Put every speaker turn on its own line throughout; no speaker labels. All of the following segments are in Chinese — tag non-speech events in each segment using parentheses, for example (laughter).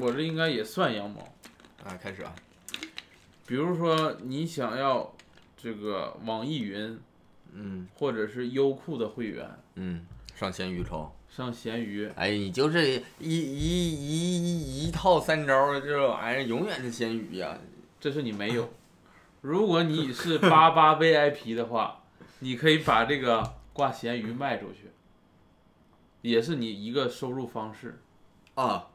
我这应该也算羊毛。
啊，开始啊，
比如说你想要这个网易云
嗯
或者是优酷的会员，
嗯，上闲鱼抽，
上闲鱼，
哎，你就这一一一一套三招儿，这玩意儿永远是闲鱼呀、
这是你没有。如果你是八八 VIP 的话，你可以把这个挂闲鱼卖出去，也是你一个收入方式。
啊。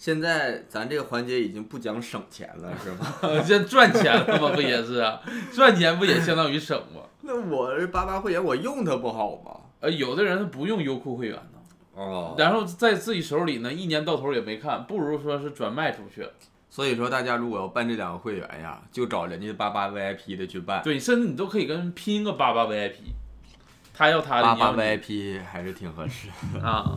现在咱这个环节已经不讲省钱了，是吗？ (laughs)
呃这赚钱了吗？不也是啊？赚钱不也相当于省吗？
那我这八八会员我用它不好吗？
呃，有的人他不用优酷会员呢，
哦，
然后在自己手里呢，一年到头也没看，不如说是转卖出去。
所以说大家如果要办这两个会员呀，就找人家八八 VIP 的去办。
对，甚至你都可以跟人拼个八八 VIP，他要他的，
八
你要
八
你
VIP 还是挺合适。
的啊。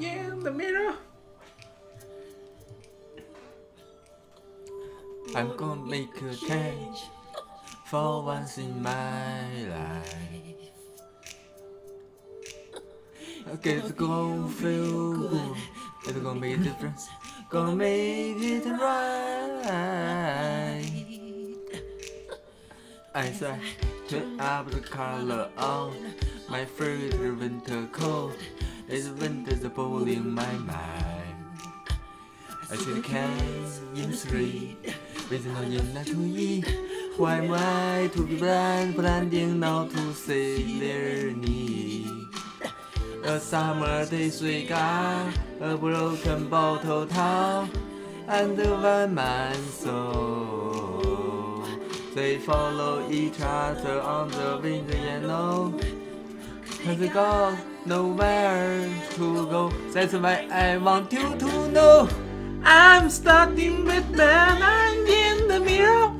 In the mirror，
I'm gonna make a change for once in my life. Okay, it's gonna feel good. It's gonna be different. Gonna make it right. As I turn up the color on my favorite winter coat, this winter's pulling my mind. I see the cats in the street with no name not to eat. Why am I to be blind, blinding now to see their need? A summer day cigar, a broken bottle top, and a one man soul. They follow each other on the wind, you know. Cause they got nowhere to go. That's why I want you to know. I'm starting with man and in the mirror.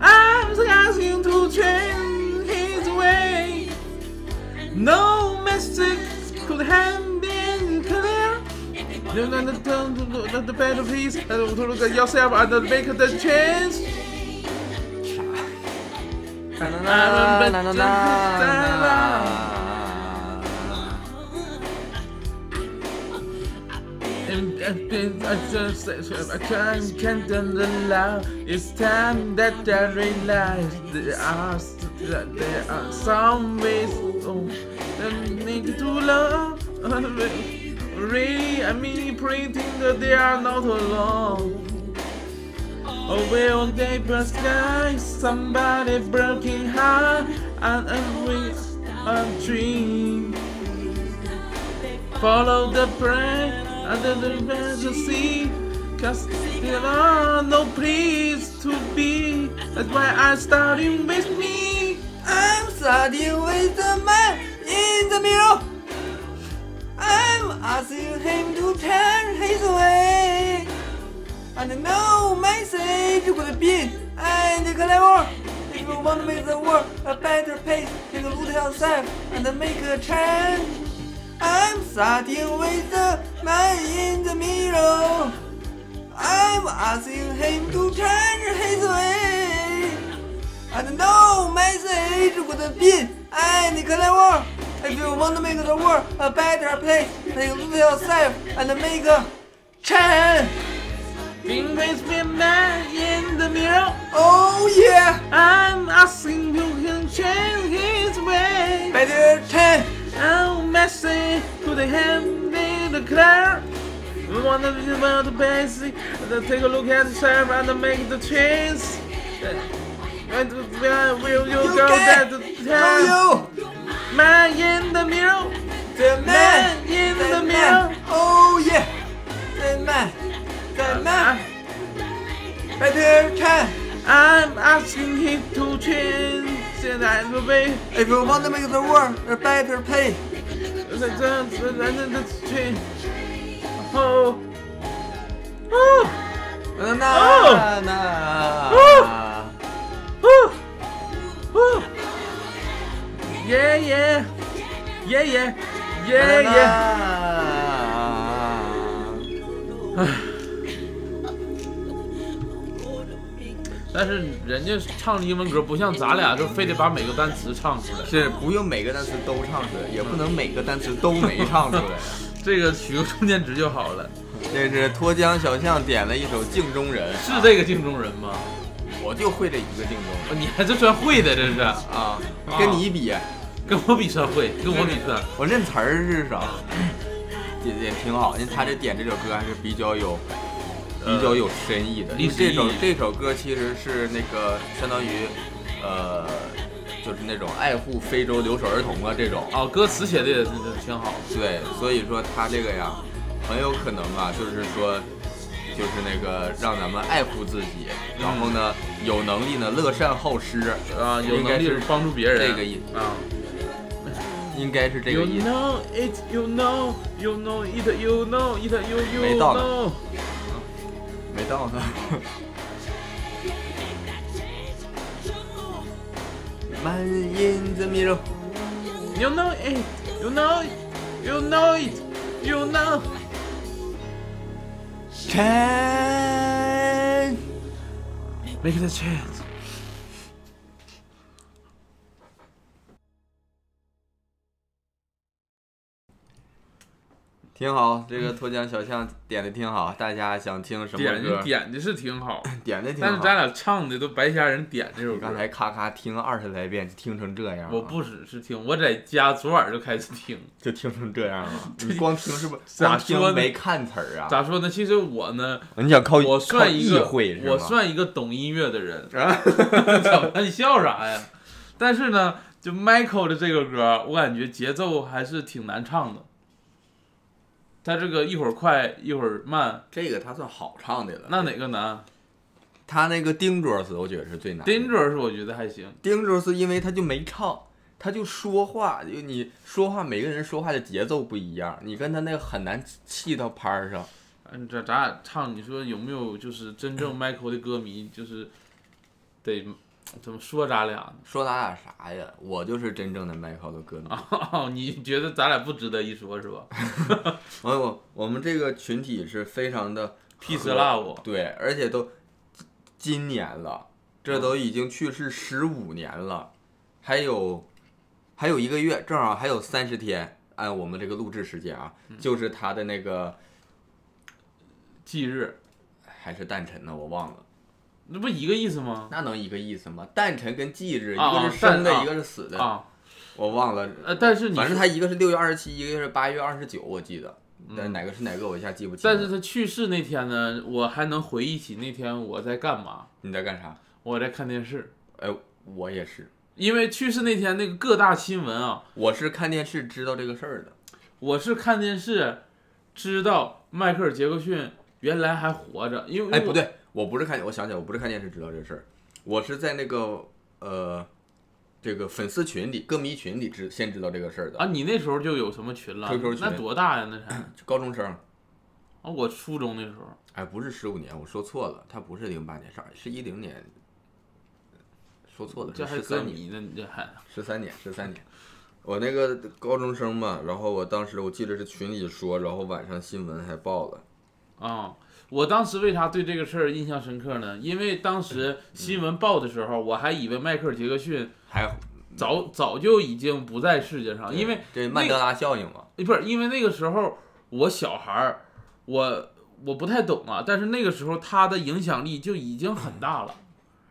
I'm asking to change his way. No message could hand in clear. No, no, no, no, no, no, the better please. And uh, to look at yourself and uh, make the change.
na, na, na, na,
And I think I just I can't can't allow. It's time that I realize there are that there are some ways oh, that make it to love. Really, I mean, pretend that they are not alone. Oh, will they burst sky? Somebody broken heart and every a dream. Follow the prey under the majesty. Cause there are no place to be. That's why I'm starting with me.
I'm starting with the man in the mirror. I'm asking him to turn his way. And no message would be and clever. If you want to make the world a better place, take a look yourself and make a change. I'm starting with the man in the mirror. I'm asking him to turn his way. And no message would be any clever. If you want to make the world a better place, take a look at yourself and make a change.
Being with me man in the mirror.
Oh yeah,
I'm asking you can change his way.
better change.
I'll message to the hand in the clear. We want to be about the basic. Then take a look at the serve and make the change.
And where will you,
You
go
can
that
Know
time?
you,
Man in the mirror,
the man
man in the
man.
mirror.
Oh yeah, the man, the man.
Uh-huh.
I-
Better time.
I'm asking him to change and I will be.
If you want to make the world a better place,
Let's change. Oh. Oh.
na
Oh.
na na.
Oh. Oh. Oh. Yeah, yeah. Yeah, yeah. Yeah, yeah.
yeah.
但是人家唱英文歌不像咱俩，就非得把每个单词唱出来。
是不用每个单词都唱出来，也不能每个单词都没唱出来。
这个取个中间值就好了。
这是脱缰小象点了一首《镜中人》，
是这个镜中人吗？
我就会这一个镜中
哦你还这算会的，这是
人啊
啊，
跟你一比，
跟我比算会，跟我比
(laughs)
算。
我认词儿至少也也挺好，因为他这点这首歌还是比较有比较有深意的。因
历
为
史
这首
意义
这首歌其实是那个相当于，呃，就是那种爱护非洲留守儿童啊这种。
哦，歌词写的也是挺好。
对，所以说他这个呀，很有可能啊，就是说，就是那个让咱们爱护自己，然后呢，有能力呢乐善好施
啊，有
应该
能力
是
帮助别人，
这个意
思啊。
应该是这个
you
意思。
know it, you know, you know it, you know it, you you
没到呢
know。
没到呢。Man in the mirror，
You know it, you know it, you know it, you know。
看
Make the chance。
挺好，这个脱缰小象点的挺好，大家想听什么
点
歌
的？点的是挺好，
点的挺
但
好
是。咱俩唱的都白瞎人点这首
你
歌
刚。才啊咔咔听了二十来遍，听成这样了，
我不只是听，我在家昨晚就开始听。
就听成这样了。你光听是不是？
咋
光听
说呢
没看词儿啊？
咋说呢？其实我呢，
你想靠
我算一
靠意
个，
会是吗？
我算一个懂音乐的人。 (laughs)
啊，
怎么你笑啥呀？但是呢，就 Michael 的这个歌，我感觉节奏还是挺难唱的。他这个一会儿快一会儿慢，
这个他算好唱的了。
那哪个难
他那个 Dangerous 我觉得是最难的。
？Dangerous 我觉得还行，
Dangerous 因为他就没唱，他就说话，就你说话，每个人说话的节奏不一样，你跟他那个很难气到拍儿上。
嗯，这咱俩唱，你说有没有就是真
(laughs)
正 Michael 的歌迷，就是得怎么说咱俩呢？
说咱俩啥呀？我就是真正的 Michael 的歌迷。
哦， (laughs) 你觉得咱俩不值得一说是吧
哎呦，我们这个群体是非常的
？Peace
(laughs)
Love，
对，而且都今年了，
嗯
这都已经去世十五年了，还有还有一个月，正好还有三十天，按我们这个录制时间啊，
嗯
就是他的那个
忌日，
还是诞辰呢，我忘了，
那不一个意思吗？
那能一个意思吗？诞辰跟忌日，一
啊
个
啊
是
诞
生的，
啊
一个是死的，
啊，
我忘了，
呃，但是你
反正
说嗯
他一个是六月二十七，一个是八月二十九，我记得，但哪个是哪个我一下记不清了。
但是他去世那天呢，我还能回忆起那天我在干嘛。
你在干啥？
我在看电视，
哎，我也是，
因为去世那天那个各大新闻啊，
我是看电视知道这个事儿的。
我是看电视知道迈克尔·杰克逊原来还活着，因为
哎，不，对，我不是看，我想起来，我不是看电视知道这事儿，我是在那个呃，这个粉丝群里、歌迷群里知先知道这个事儿的。
啊，你那时候就有什么群了
QQ？群
那多大呀？那才啊，
高中生，
我初中那时候
哎，不是十五年，我说错了，他不是零八年上，是一零年，说错了，
这还
是
歌
三年，
迷呢，你这还
十三年，十三年。我那个高中生嘛，然后我当时我记得是群里说，然后晚上新闻还报了，
啊、我当时为啥对这个事儿印象深刻呢？因为当
嗯
时新闻报的时候，我还以为迈克尔·杰克逊
还
早早就已经不在世界上，因为
这曼德拉效应嘛，
不是因为那个时候我小孩儿，我我不太懂啊，但是那个时候他的影响力就已经很大了，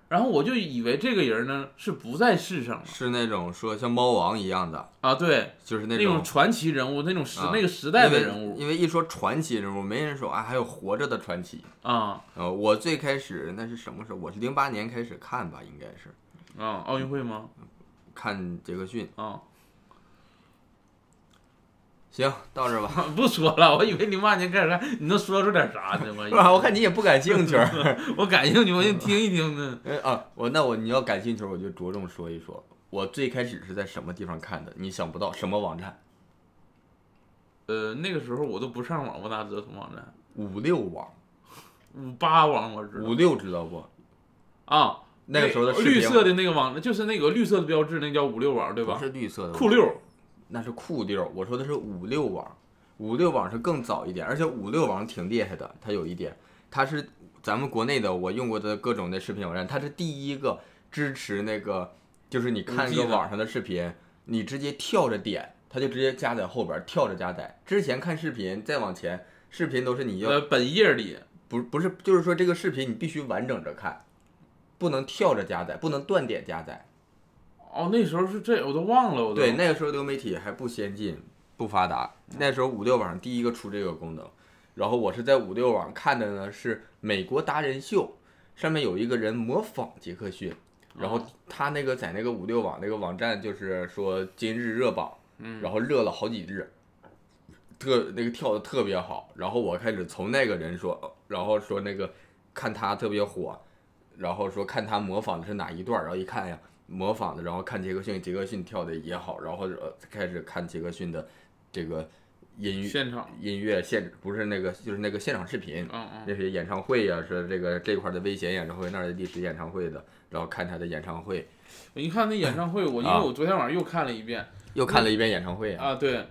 然后我就以为这个人呢是不在世上了
是那种说像猫王一样的，
啊，对，
就是
那种传奇人物，那种时、
啊
那个时代的
因为
人物
因为一说传奇人物，没人说啊，还有活着的传奇。
啊，
呃，我最开始那是什么时候？我是零八年开始看吧，应该是
啊，奥运会吗？
看杰克逊。
啊，
行，到这儿
(laughs)
吧。
(laughs) 不说了，我以为零八年开始看，你能说出点啥呢？我以
(laughs) 不
为
啊然我看你也不感兴趣。
(laughs) 我感兴趣，我就听一听呢。
哎啊，我那我你要感兴趣，我就着重说一说。我最开始是在什么地方看的？你想不到什么网站？
呃，那个时候我都不上网，我哪知道什么网站？
五六网，
五八网我知道
五六知道不？
啊，
那个时候的视频
绿色的那个网站就是那个绿色的标志，那叫五六网对
不
吧？
是绿色的，
酷六
那是酷六。我说的是五六网，五六网是更早一点，而且五六网挺厉害的。它有一点，它是咱们国内的我用过的各种的视频网站，它是第一个支持那个，就是你看一
5G
个
的
网上的视频，你直接跳着点，它就直接加在后边儿跳着加载。之前看视频，再往前，视频都是你要
呃本页里
不不是，就是说这个视频你必须完整着看，不能跳着加载，不能断点加载。
哦，那时候是这我都忘了，我都
对，那个时候流媒体还不先进，不发达，那时候五六网第一个出这个功能，然后我是在五六网看的呢是美国达人秀，上面有一个人模仿杰克逊，然
啊
后他那个在那个五六网那个网站就是说今日热榜，
嗯
然后热了好几日。特那个跳的特别好，然后我开始从那个人说，然后说那个看他特别火，然后说看他模仿的是哪一段儿，然后一看哎呀模仿的，然后看杰克逊，杰克逊跳的也好，然后呃开始看杰克逊的这个音乐
现场，
音乐现不是那个就是那个现场视频，
嗯嗯，
那些演唱会呀、是这个这块儿的危险演唱会，那儿的历史演唱会的，然后看他的演唱会，
我一看那演唱
(laughs)
会，我因为
啊
我昨天晚上又看了一遍
又看了一遍演唱会，
啊，对，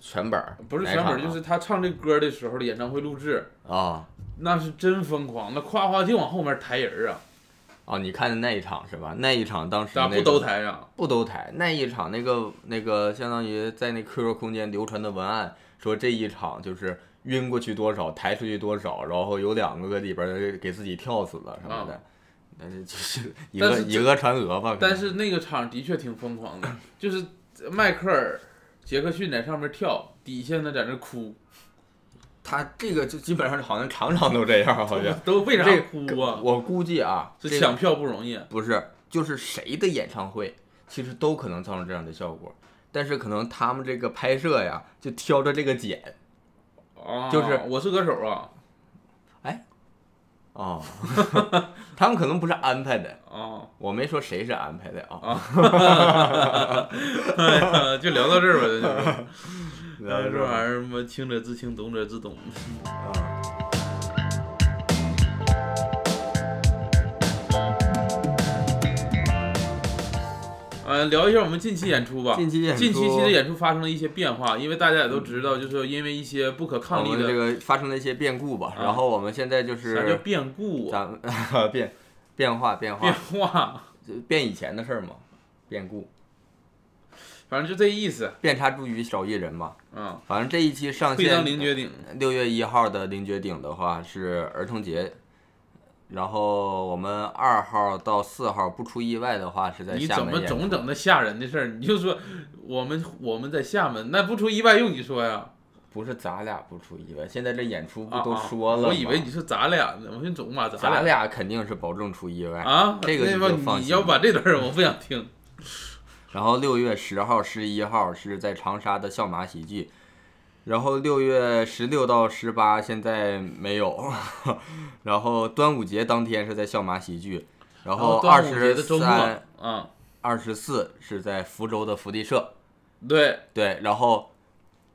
全本儿
不是
哪
全本
场
儿，
啊
就是他唱这歌的时候的演唱会录制，
啊
那是真疯狂，那夸夸就往后面抬人啊，
啊，你看的那一场是吧？那一场当时
咋
那
不
个
都抬啊？
不都抬那一场那个那个相当于在那 QQ 空间流传的文案说这一场就是晕过去多少，抬出去多少，然后有两个搁里边儿给自己跳死了什么的，那、就是 (laughs) 以
啊但
讹
是
以讹传讹吧。可能
但是那个场的确挺疯狂的，就是迈克尔、杰克逊在上面跳，底下呢在那哭，
他这个就基本上好像场场都这样，
(laughs)
好像
都为啥
这
哭啊？
我估计啊，
这
这个
抢票不容易，
不啊是，就是谁的演唱会，其实都可能造成这样的效果。但是可能他们这个拍摄呀，就挑着这个剪
啊，
就是
我是歌手啊， (laughs)
哦，他们可能不是安排的，
啊，
我没说谁是安排的啊。 (laughs)
哎呀就聊到这儿吧，这就是。
然后
这玩意
说
儿嘛，清者自清，懂者自懂。
啊
呃，聊一下我们近期演出吧。
近期演出嗯
近期其实演出发生了一些变化，因为大家也都知道，就是说因为一些不可
我
抗力
们这
的，
个发生了一些变故吧，
啊
然后我们现在就
啥叫
是
变故啊？
咱们 (laughs) 变变化变
变
化
化，
就变以前的事儿嘛，变故
反正就这意思。
变差助于少一人嘛。
嗯，
反正这一期上
会当
线
凌绝顶。
六月一号的凌绝顶的话是儿童节，然后我们二号到四号不出意外的话是在
你
厦
怎
门
么
演出。
总整那吓人的事儿？你就说我们我们在厦门，那不出意外用你说呀？
不是咱俩不出意外，现在这演出不
啊
都
啊
说了吗、
我以为你是咱俩呢，我寻思总把
咱
咱
俩肯定是保证出意外。
啊，
这个
那
你
不
就放
你
心
要把这段儿我不想听。
然后六月十号、十一号是在长沙的笑马喜剧，然后六月十六到十八现在没有，然后端午节当天是在笑马喜剧，然后
哦端
二
午节
十
的周末
三、
啊，
二十四是在福州的福利社，
对，
对，然后。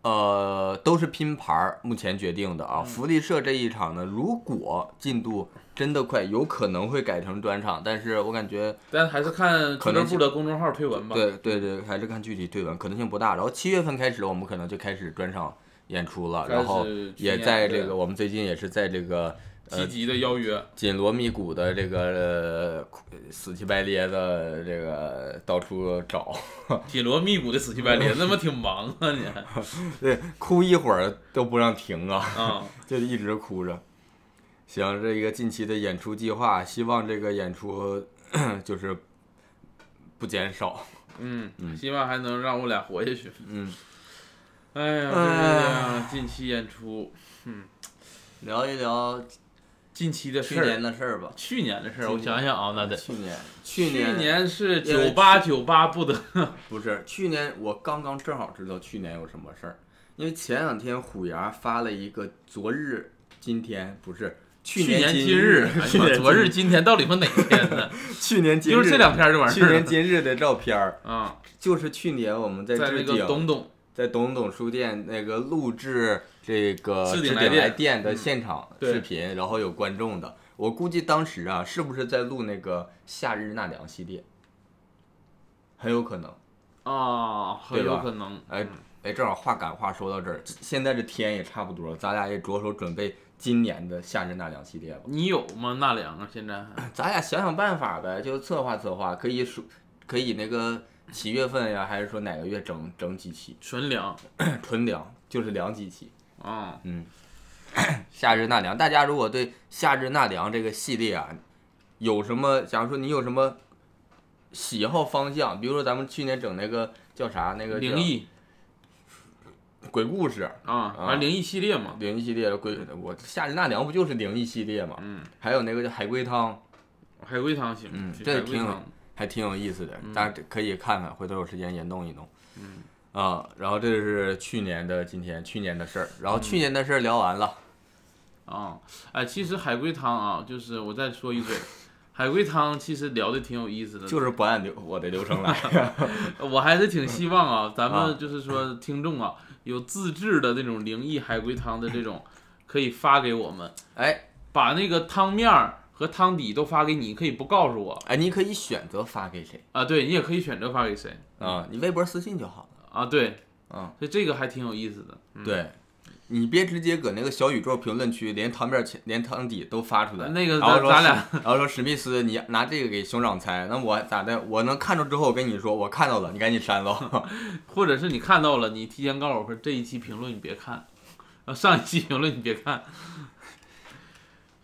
呃，都是拼盘儿，目前决定的啊。
嗯
福利社这一场呢，如果进度真的快，有可能会改成专场，但是我感觉
但还是看俱
可
乐
能
部的公众号推文吧。
对对对，还是看具体推文，可能性不大。然后七月份开始，我们可能就开始专场演出了，
开始
然后
巡
也
演
在
对
这个我们最近也是在这个
积
呃
极的邀约，
紧锣密鼓的这个、呃死乞白咧的这个到处找， (laughs)
紧锣密鼓的死乞白咧，那么挺忙啊你
(laughs) 对，哭一会儿都不让停啊。
啊，
就一直哭着。行，这一个近期的演出计划，希望这个演出 (clears throat) 就是不减少。
嗯，希望还能让我俩活下去。
嗯，哎
哎呀，真是这样近期演出，
聊一聊
近期的
去
事
年
儿，
的事儿吧。
去年的事儿，
今
我
年
想想啊，那得
去年，去
去年是
也
九八九八不得，
不是去年，我刚刚正好知道去年有什么事儿，因为前两天虎牙发了一个昨日今天不是去
去年
今
今日，哎
去
呀妈
年
昨日
今
今天到底他妈哪天呢？
去年 (laughs) 今日
就是这两天这玩意
去
儿。
年今日的照片儿，
啊，
就是去年我们在
在那
置
个
顶
东东，
在董董书店那个录制这个
置
置
顶
顶
来
来
电
电的现场
对
视频，然后有观众的。我估计当时啊，是不是在录那个《夏日纳凉》系列？很有可能。
啊，很
对吧
有可能。
哎哎，正好话赶话说到这儿，现在这天也差不多了，咱俩也着手准备今年的《夏日纳凉》系列吧。
你有吗？纳凉啊，现在还
哎咱俩想想办法呗，就策划策划，可以说可以那个几月份呀，还是说哪个月整整几期？
纯凉
纯凉就是凉几期。
啊，
嗯， (clears throat) 夏日纳凉，大家如果对夏日纳凉这个系列啊，有什么，假如说你有什么喜好方向，比如说咱们去年整那个叫啥那个叫
灵异
鬼故事。
啊，
啊
完灵异系列嘛，
灵异系列的鬼，我夏日纳凉不就是灵异系列吗？
嗯，
还有那个叫海龟汤，
海龟汤行，
嗯
去
这
海
挺
龟
有
汤
还挺有意思的，大家可以看看，回头有时间也弄一弄。嗯，啊，然后这是去年的今天，去年的事儿，然后去年的事儿聊完了，
啊，哎，其实海龟汤啊，就是我再说一嘴，海龟汤其实聊的挺有意思的，
就是不按流我的流程来。 (laughs)
我还是挺希望啊，咱
啊
们就是说听众啊，有自制的那种灵异海龟汤的这种，可以发给我们，
哎，
把那个汤面儿和汤底都发给你，可以不告诉我
哎，你可以选择发给谁
啊，对你也可以选择发给谁
啊、你微博私信就好了。
啊，对，
嗯，
所以这个还挺有意思的，嗯，
对，你别直接搁那个小宇宙评论区连汤面前连汤底都发出来，
那个
然后
咱
说
咱
史
俩，
然后说史密斯，你拿这个给熊掌猜，那我咋的？我能看着之后，我跟你说，我看到了，你赶紧删了。
(laughs) 或者是你看到了，你提前告诉我说这一期评论你别看，啊，上一期评论你别看，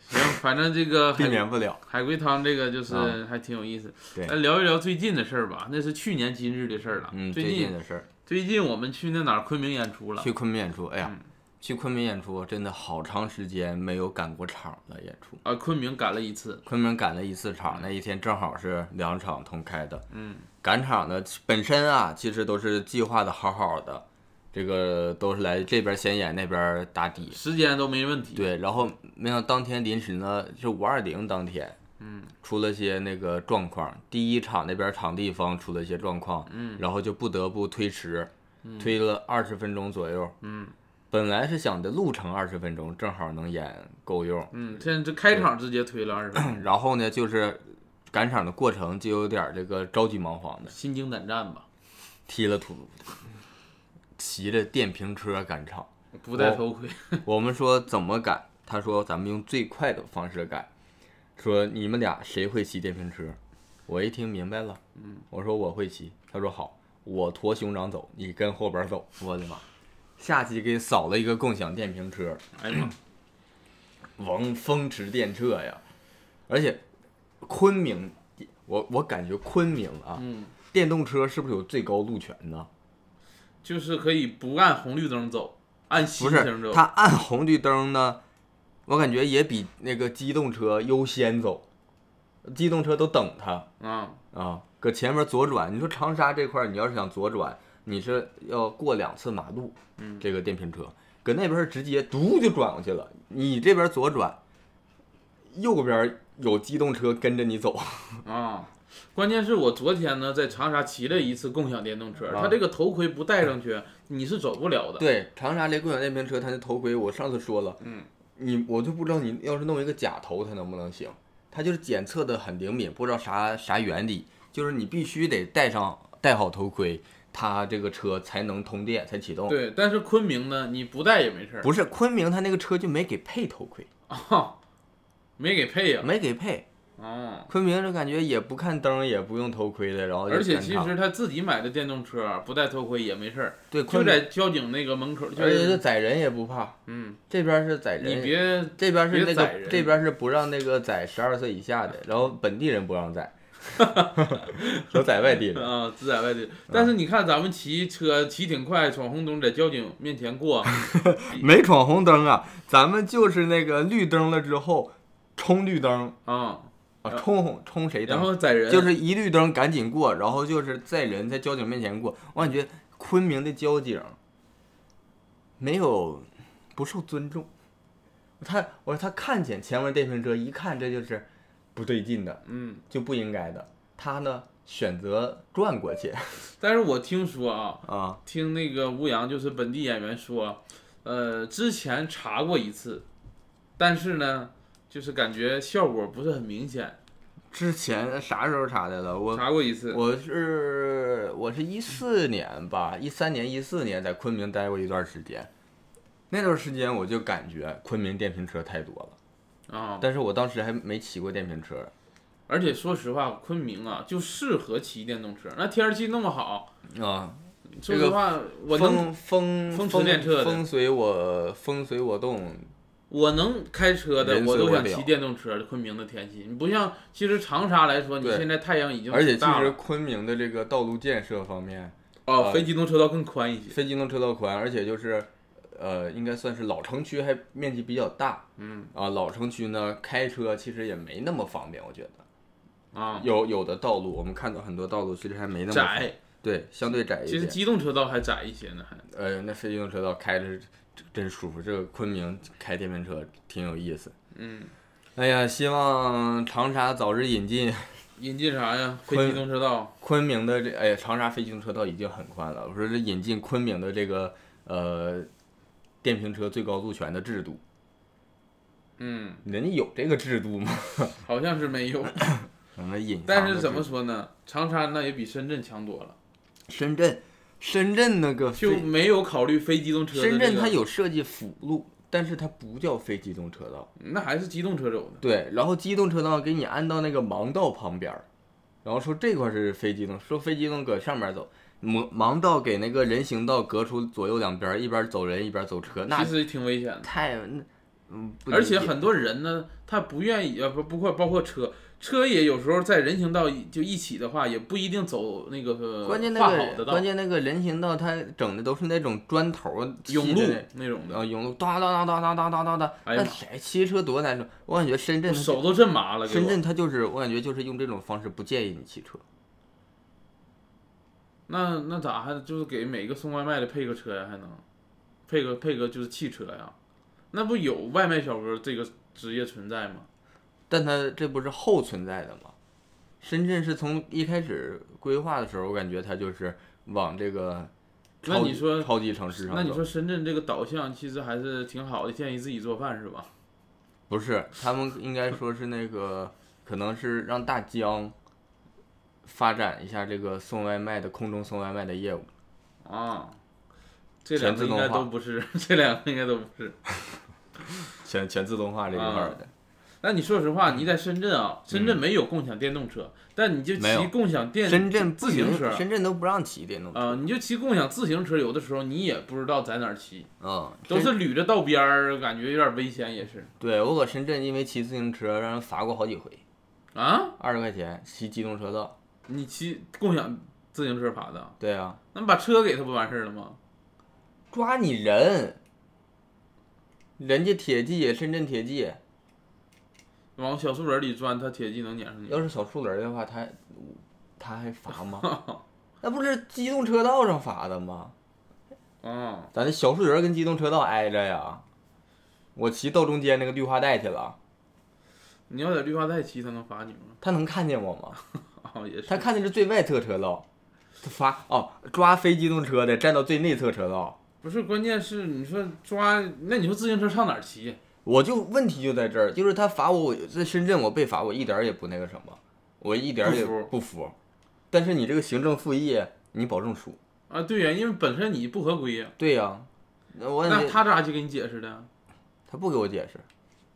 行，反正这个
避
海
免不了。
海龟汤这个就是
啊
还挺有意思。
对
来聊一聊最近的事儿吧，那是去年今日的事儿了。
嗯，
最
最近的事儿，
最近我们去那哪儿昆明演出了，
去昆明演出，哎呀，
嗯
去昆明演出真的好长时间没有赶过场了，演出。
啊，昆明赶了一次，
昆明赶了一次场，那一天正好是两场同开的。
嗯，
赶场呢本身啊，其实都是计划的好好的，这个都是来这边先演，那边打底。
时间都没问题。，
对，然后没想到当天临时呢是五二零当天，嗯，出了些那个状况。第一场那边场地方出了一些状况，嗯，然后就不得不推迟，推了二十分钟左右，嗯。本来是想的路程二十分钟，正好能演够用，
嗯，现在这开场直接推了二十分钟，
然后呢，就是赶场的过程就有点儿这个着急忙慌的，
心惊胆战吧，
踢了土，骑着电瓶车赶场。 (laughs)
不
哦
戴头盔。
我们说怎么赶，他说咱们用最快的方式赶，说你们俩谁会骑电瓶车？我一听明白了，嗯，我说我会骑，他说好，我驮熊掌走，你跟后边走。我的妈！下期给扫了一个共享电瓶车，
哎呀妈，
王风驰电掣呀，而且昆明，我我感觉昆明啊，
嗯，
电动车是不是有最高路权呢？
就是可以不按红绿灯走，按
不
西行
是，
走。
它按红绿灯呢，我感觉也比那个机动车优先走，机动车都等它
啊，
啊，搁前面左转。你说长沙这块儿，你要是想左转，你是要过两次马路，
嗯
这个电瓶车搁那边儿直接嘟就转过去了，你这边儿左转，右边儿有机动车跟着你走，
啊。关键是我昨天呢在长沙骑了一次共享电动车，
啊
它这个头盔不戴上去你是走不了的。
对，长沙这共享电瓶车，它那头盔，我上次说了，
嗯，
你我就不知道你要是弄一个假头，它能不能行？它就是检测的很灵敏，不知道啥啥原理，就是你必须得戴上戴好头盔，它这个车才能通电才启动。
对，但是昆明呢，你不戴也没事儿。
不是昆明，它那个车就没给配头盔，
啊，没给配呀、
没给配。
哦，
昆明就感觉也不看灯，也不用头盔的，然后就
而且
赶
其
场
实他自己买的电动车啊不戴头盔也没事儿，
对
就
昆明，
在交警那个门口，就
而且是
是
宰人也不怕，
嗯，
这边是宰人，
你别
这边是
别
那
宰
个
人
这边是不让那个宰十二岁以下的，然后本地人不让宰，都宰外地
(laughs)
人。
啊自在外地，但是你看咱们骑车骑挺快，闯红灯在交警面
(laughs)
前过，
没闯红灯啊，咱们就是那个绿灯了之后，冲绿灯
啊，
啊，冲红冲谁
然
灯？啊
后载人
就是一绿灯赶紧过，然后就是在人在交警面前过。我感觉昆明的交警没有不受尊重。他我说他看见前面电瓶车，一看这就是不对劲的，
嗯，
就不应该的。他呢选择转过去
但是我听说啊，
啊，
听那个吴阳就是本地演员说，呃，之前查过一次，但是呢，就是感觉效果不是很明显，
之前啥时候查的了？我
查过一次，
我是我是一四年吧，一三年一四年在昆明待过一段时间，那段时间我就感觉昆明电瓶车太多了，
啊，
但是我当时还没骑过电瓶车，
而且说实话，昆明啊就适合骑电动车，那天儿气那么好，
啊，
说
这
实
个
话，我能
风风
风驰电掣的
风随我风随我动，
我能开车的，
人
我
随
都
我
想
表
骑电动车。昆明的天气，你不像其实长沙来说，你
对
现在太阳已经
而且
挺
其
大
实
了
昆明的这个道路建设方面，
哦，
呃
非机动车道更宽一些。
非机动车道宽，而且就是。呃，应该算是老城区还面积比较大
嗯
啊，老城区呢开车其实也没那么方便，我觉得。
啊，
有有的道路，我们看到很多道路其实还没那么宽，
窄，
对，相对窄一
其实
点。
机动车道还窄一些呢，还
呃，那非机动车道开着真真舒服，这个昆明开电瓶车挺有意思。
嗯，
哎呀，希望长沙早日引进
引进啥呀？非
昆
机动车道
昆明的这，哎呀，长沙非机动车道已经很宽了，我说这引进昆明的这个呃电瓶车最高路权的制度，
嗯，
人家有这个制度吗？
好像是没 (laughs) 有，
我们引，
但是怎么？说呢？长沙那也比深圳强多了，
深圳，深圳那个
就
非
没有考虑非机动车的
深
这
圳
个
它，有设计辅路，但是它不叫非机动车道。
那还是机动车走的。
对，然后机动车道给你安到那个盲道旁边儿，然后说这块儿是非机动，说非机动搁上面走，盲盲道给那个人行道隔出左右两边儿，一边儿走人一边儿走车，那
其实挺危险的，
太那嗯，不
而
理
且
解
很多人呢，他不愿意啊，不包括包括车，车也有时候在人行道一就一起的话，也不一定走那个
关键
画
那
好的
个
道
关，键那个人行道，它整的都是那种砖头儿砌
甬
的
路
那
那种的，
啊，甬路哒哒哒哒哒哒哒哒，
哎呀
那谁骑车多难受？我感觉深圳它
手都震麻了。给我
深圳它就是，我感觉就是用这种方式不建议你骑车。
那那咋还就是给每个送外卖的配个车呀？还能配个配个就是汽车呀？那不有外卖小哥这个职业存在吗？
但它这不是后存在的吗？深圳是从一开始规划的时候，我感觉它就是往这个
那
超
你
级
说
超级城市上
那你
走
说深圳这个导向其实还是挺好的，建议自己做饭是吧？
不是？他们应该说是那个，可能是让大疆发展一下这个送外卖的空中送外卖的业务。
啊，这两个
全自
应
动
该都
化
不是， (laughs) 这两个应该都不是。
全全自动化这一块儿的，
那你说实话，你在深圳啊，深圳没有共享电动车，但你就
嗯没有
骑共享电
深圳不
自行
允
车
深圳都不让骑电动车。
啊、你就骑共享自行车，有的时候你也不知道在哪儿骑，
嗯，
啊都是
深
捋着道边儿，感觉有点危险也是
对我搁深圳因为骑自行车让人罚过好几回，
啊。
二十块钱骑机动车道。
你骑共享自行车罚的，
对啊，
那你把车给他不完事儿了吗？
抓你人，人家铁骑，深圳铁骑，
往小树林里钻，他铁骑能撵上你
要是小树林儿的话，他他还
(laughs)
罚吗？那不是机动车道上罚的吗？
啊！
咱这小树林儿跟机动车道挨着呀，我骑到中间那个绿化带去了，
你要在绿化带骑，他能罚你吗？ (laughs)
他能看见我吗？
啊，也是。
他看的是最外侧车道，他罚哦，抓非机动车的站到最内侧车道。
不是，关键是你说抓，那你说自行车上哪儿骑？
我就问题就在这儿，就是他罚我，我在深圳我被罚，我一点儿也不那个什么，我一点儿也
不服
不服。但是你这个行政复议，你保证输。
啊，对呀，因为本身你不合规呀。
对呀、那我感
那
觉
他咋去给你解释的？
他不给我解释，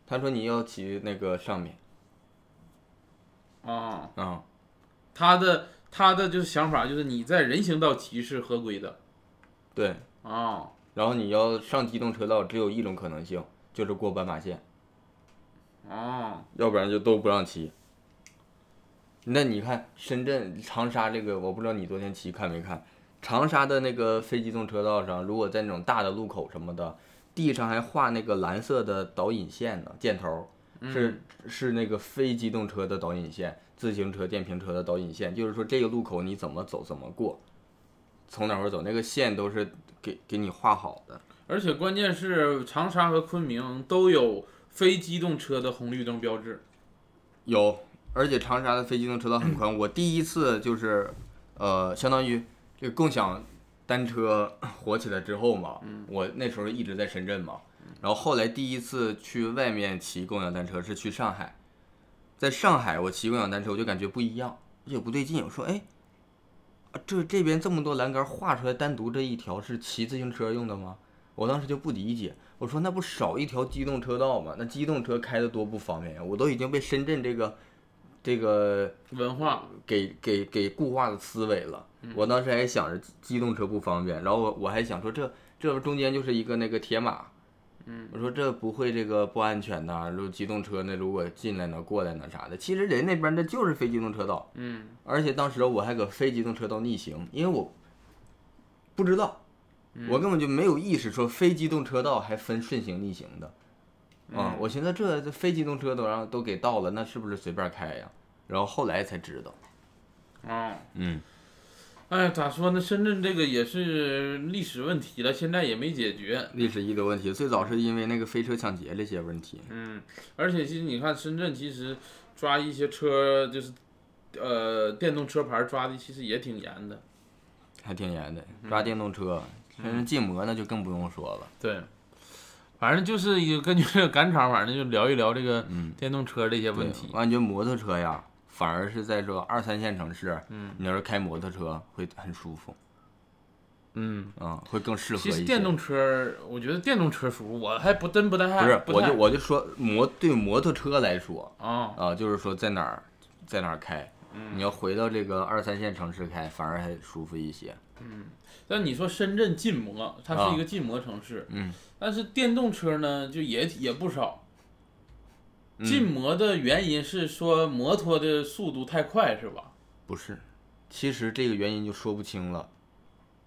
他说你要骑那个上面
啊，
啊、
他的他的就是想法就是你在人行道骑是合规的
对，
啊。
然后你要上机动车道，只有一种可能性，就是过斑马线，
啊，
要不然就都不让骑。那你看深圳、长沙这个，我不知道你昨天骑看没看？长沙的那个非机动车道上，如果在那种大的路口什么的，地上还画那个蓝色的导引线呢，箭头儿，是是那个非机动车的导引线，自行车、电瓶车的导引线，就是说这个路口你怎么走，怎么过，从哪块儿走，那个线都是给给你画好的。
而且关键是长沙和昆明都有非机动车的红绿灯标志。
有，而且长沙的非机动车道很宽。我第一次就是，呃，相当于这个共享单车 (laughs) 火起来之后嘛，我那时候一直在深圳嘛，然后后来第一次去外面骑共享单车是去上海，在上海我骑共享单车我就感觉不一样，而且不对劲。我说，哎，啊这这边这么多栏杆画出来，单独这一条是骑自行车用的吗？我当时就不理解，我说那不少一条机动车道吗？那机动车开的多不方便呀！我都已经被深圳这个这个
文化
给给给固化的思维了。我当时还想着机动车不方便，然后我我还想说这这中间就是一个那个铁马，嗯，我说这不会这个不安全呐、如果机动车那如果进来呢过来呢啥的，其实人那边那就是非机动车道，
嗯，
而且当时我还搁非机动车道逆行，因为我不知道，我根本就没有意识说非机动车道还分顺行逆行的。啊、我寻思这这非机动车都让都给盗了，那是不是随便开呀？然后后来才知道，
啊，
嗯，
哎呀，咋说呢？深圳这个也是历史问题了，现在也没解决。
历史遗留问题，最早是因为那个飞车抢劫这些问题。
嗯，而且其实你看，深圳其实抓一些车就是，呃，电动车牌抓的其实也挺严的。
还挺严的，
嗯
抓电动车，甚至禁摩那就更不用说了。
对，反正就是一个根据这个赶场，反正就聊一聊这个
嗯
电动车这些嗯问题。
我感觉摩托车呀，反而是在说二三线城市，
嗯，
你要是开摩托车会很舒服，
嗯，
嗯，会更适合一
其
些。
实电动车，我觉得电动车舒服，我还不真不太
不是，
不
我
太
就我就说摩对摩托车来说
啊、
啊、就是说在哪儿在哪儿开，
嗯
你要回到这个二三线城市开，反而还舒服一些。
但你说深圳禁摩，它是一个禁摩城市，
啊嗯，
但是电动车呢，就也也不少。
嗯
禁摩的原因是说摩托的速度太快，是吧？
不是，其实这个原因就说不清了，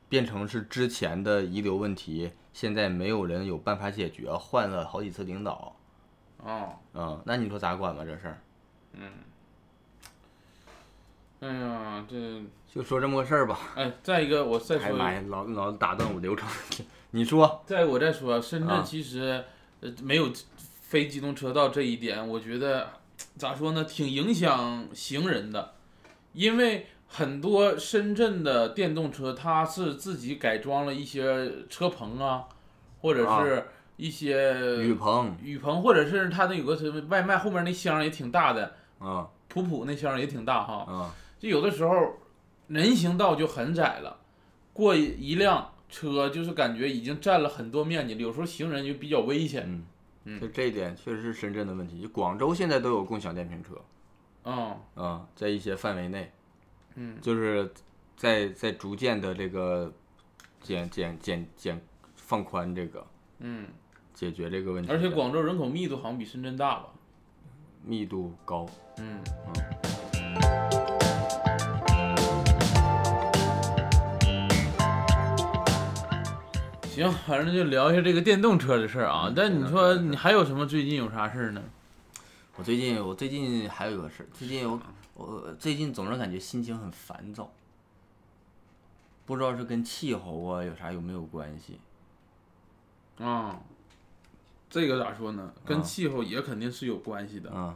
变成是之前的遗留问题，现在没有人有办法解决，换了好几次领导。
啊、
嗯，那你说咋管吧这事儿？
哎呀，这
就说这么个事儿吧。
哎，再一个我再说
哎呀
一
妈
个，
呀，老老打断我流程。你说，
再我再说，深
啊
圳其实呃没有非机动车道这一点，我觉得咋说呢，挺影响行人的，因为很多深圳的电动车它是自己改装了一些车棚啊，或者是一些
啊雨棚，
雨棚，或者是它那有个什么外卖后面那箱也挺大的，
嗯
普普那箱也挺大哈，
嗯，
就有的时候人行道就很窄了，过一辆车就是感觉已经占了很多面积了，有时候行人就比较危险。嗯
就这一点确实是深圳的问题。就广州现在都有共享电瓶车，
嗯
嗯，在一些范围内，
嗯，
就是在在逐渐的这个减减减减放宽这个
嗯，
解决这个问题的，
而且广州人口密度好像比深圳大吧？
密度高。
嗯。行，反正就聊一下这个电动车的事儿啊。但你说你还有什么最近有啥事儿呢？
我最近我最近还有一个事儿，最近
啊
我我最近总是感觉心情很烦躁，不知道是跟气候啊有啥有没有关系？
啊，这个咋说呢？跟
啊
气候也肯定是有关系的。
嗯，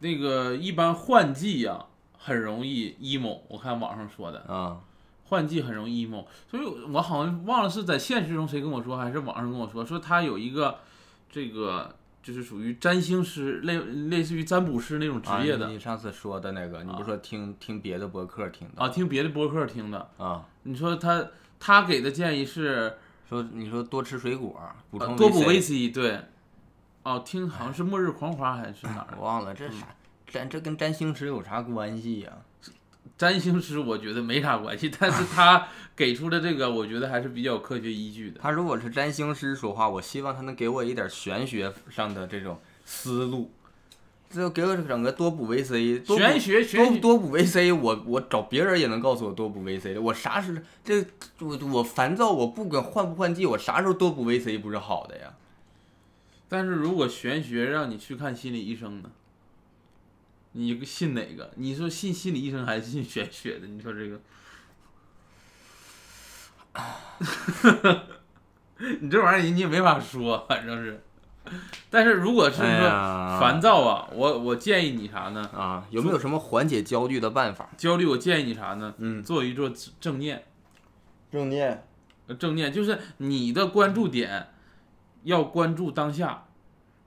那个一般换季呀、很容易 emo，我看网上说的，
啊，
换季很容易 emo，所以我好像忘了是在现实中谁跟我说，还是网上跟我说，说他有一个这个就是属于占星师类类似于占卜师那种职
啊
业
你
的
你上次说的那个，你不是说听听别的博客听
啊，
的
听别的播客听的。
啊？
你说他他给的建议是
说你说多吃水果，补
呃
充
多补维
维
C，对，哦，听好像是《末日狂花》还是哪儿
哎我？忘了这
嗯
啥，占这跟占星师有啥关系呀、
占星师我觉得没啥关系，但是他给出的这个，我觉得还是比较有科学依据的。
他如果是占星师说话，我希望他能给我一点玄学上的这种思路，就给我整个多补维 C，多补
玄学玄
多
学
多补维 C，我我找别人也能告诉我多补维 C 的。我啥时这我我烦躁，我不管换不换季，我啥时候多补维 C 不是好的呀？
但是如果玄学让你去看心理医生呢，你信哪个？你说信心理医生还是信玄学的？你说这个， (laughs) 你这玩意儿你也没法说，反正是。但是如果是
哎
说
呀
烦躁啊，我我建议你啥呢？
啊，有没有什么缓解焦虑的办法？
焦虑，我建议你啥呢？
嗯，
做一做正念。
正念。
呃正念就是你的关注点要关注当下。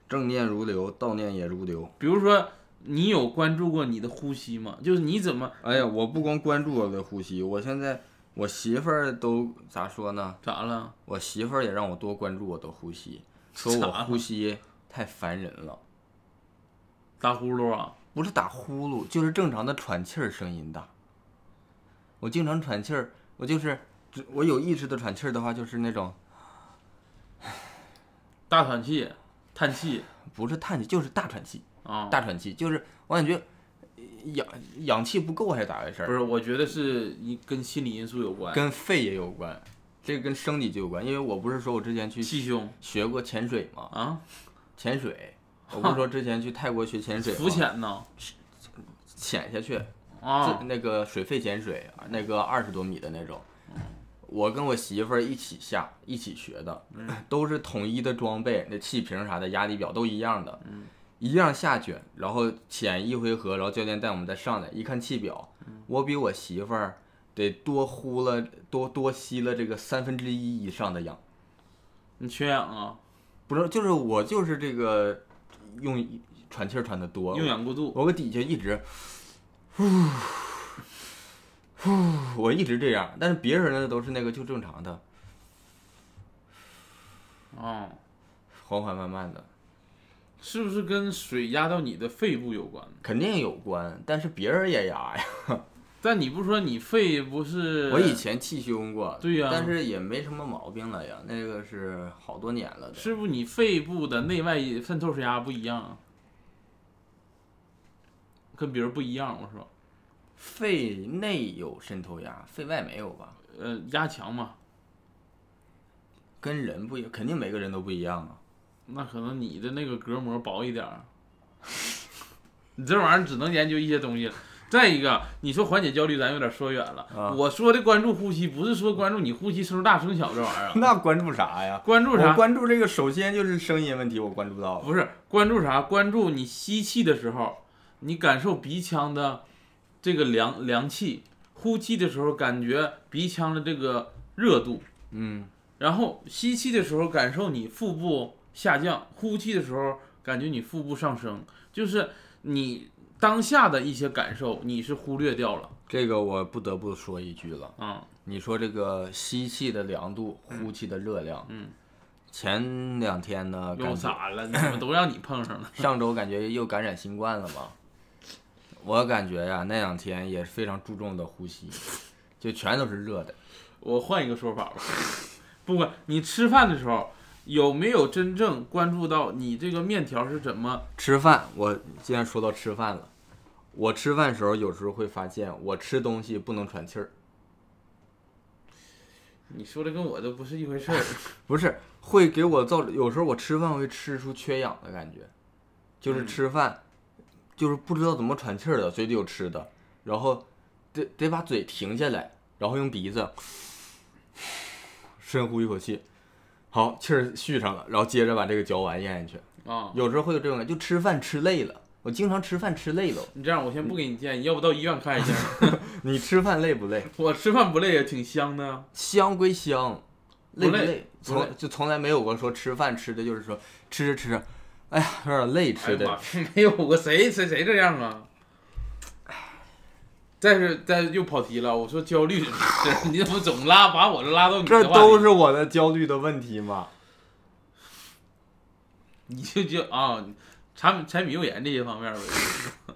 正念如流，悼念也如流。
比如说，你有关注过你的呼吸吗？就是你怎么
哎呀，我不光关注我的呼吸，我现在我媳妇儿都咋说呢？
咋了？
我媳妇儿也让我多关注我的呼吸，说我呼吸太烦人了，
打呼噜啊？
不是打呼噜，就是正常的喘气儿声音大。我经常喘气儿，我就是只我有意识的喘气儿的话，就是那种
大喘气、叹气
不是叹气，就是大喘气，
啊？
大喘气，就是我感觉呃氧氧气不够还是咋回事
不
儿？
是，我觉得是一跟心理因素有关。
跟肺也有关，这个跟生理就有关，因为我不是说我之前去
气胸
学过潜水吗？
啊？
潜
(laughs)
水，我不是说之前去泰国学潜水吗，
浮潜呢？
潜下去，
啊
这那个水肺潜水，那个二十多米的那种，
嗯
我跟我媳妇儿一起下，一起学的，
嗯
都是统一的装备，那气瓶啥的、压力表都一样的，
嗯
一样下去，然后潜一回合，然后教练带我们再上来，一看气表，
嗯
我比我媳妇儿得多呼了多多吸了这个三分之一以上的氧，
你缺氧啊？
不是，就是我就是这个用喘气儿喘的多，
用氧过度
我搁底下一直，呼，呼，我一直这样，但是别人呢都是那个就正常的，哦
啊？
缓缓慢慢的，
是不是跟水压到你的肺部有关？
肯定有关，但是别人也压呀。
但你不说你肺不是？
我以前气胸过，
对呀
但是也没什么毛病了呀，那个是好多年了的。
是不是你肺部的内外渗透水压不一样啊？跟别人不一样，我说，
肺内有渗透压，肺外没有吧？
呃，压强嘛，
跟人不一，肯定每个人都不一样啊。
那可能你的那个隔膜薄一点儿， (laughs) 你这玩意儿只能研究一些东西了。再一个，你说缓解焦虑，咱有点说远了。
啊
我说的关注呼吸，不是说关注你呼吸声大声小这玩意儿啊，
(laughs) 那关注啥呀？
关注啥
我？关注这个，首先就是声音问题，我关注到了。
不是关注啥？关注你吸气的时候，你感受鼻腔的这个凉凉气；呼气的时候，感觉鼻腔的这个热度；
嗯，
然后吸气的时候，感受你腹部下降；呼气的时候，感觉你腹部上升。就是你当下的一些感受，你是忽略掉了
这个我不得不说一句了。
啊、
你说这个吸气的凉度，呼气的热量，
嗯，
前两天呢，
又
感觉？
咋了？怎么都让你碰上了
上周感觉又感染新冠了嘛，我感觉呀、那两天也非常注重的呼吸，就全都是热的，
我换一个说法吧，不管你吃饭的时候有没有真正关注到你这个面条是怎么
吃饭，我既然说到吃饭了，我吃饭时候有时候会发现我吃东西不能喘气儿，
你说的跟我都不是一回
(laughs)
事儿。
不是会给我造，有时候我吃饭会吃出缺氧的感觉，就是吃饭，就是不知道怎么喘气儿的，嘴里有吃的，然后得得把嘴停下来，然后用鼻子 (sighs) 深呼一口气，好气儿续上了，然后接着把这个嚼完咽下去。
啊、
有时候会有这种感觉，就吃饭吃累了，我经常吃饭吃累了。
你这样我先不给你建议，要不到医院看一下。
你吃饭累不累？
我吃饭不累也挺香
(laughs)
的，
香归香，累
不累
累？
不累
从就从来没有过说吃饭吃的就是说吃着吃着，哎呀有点
哎
累吃
呀
的。
妈，没有我谁谁谁这样啊？但是但是又跑题了，我说焦虑， (laughs) 这你怎么总拉把我拉到你
这
的话题
都是我的焦虑的问题嘛？
你就就啊，柴柴米油盐这些方面呗。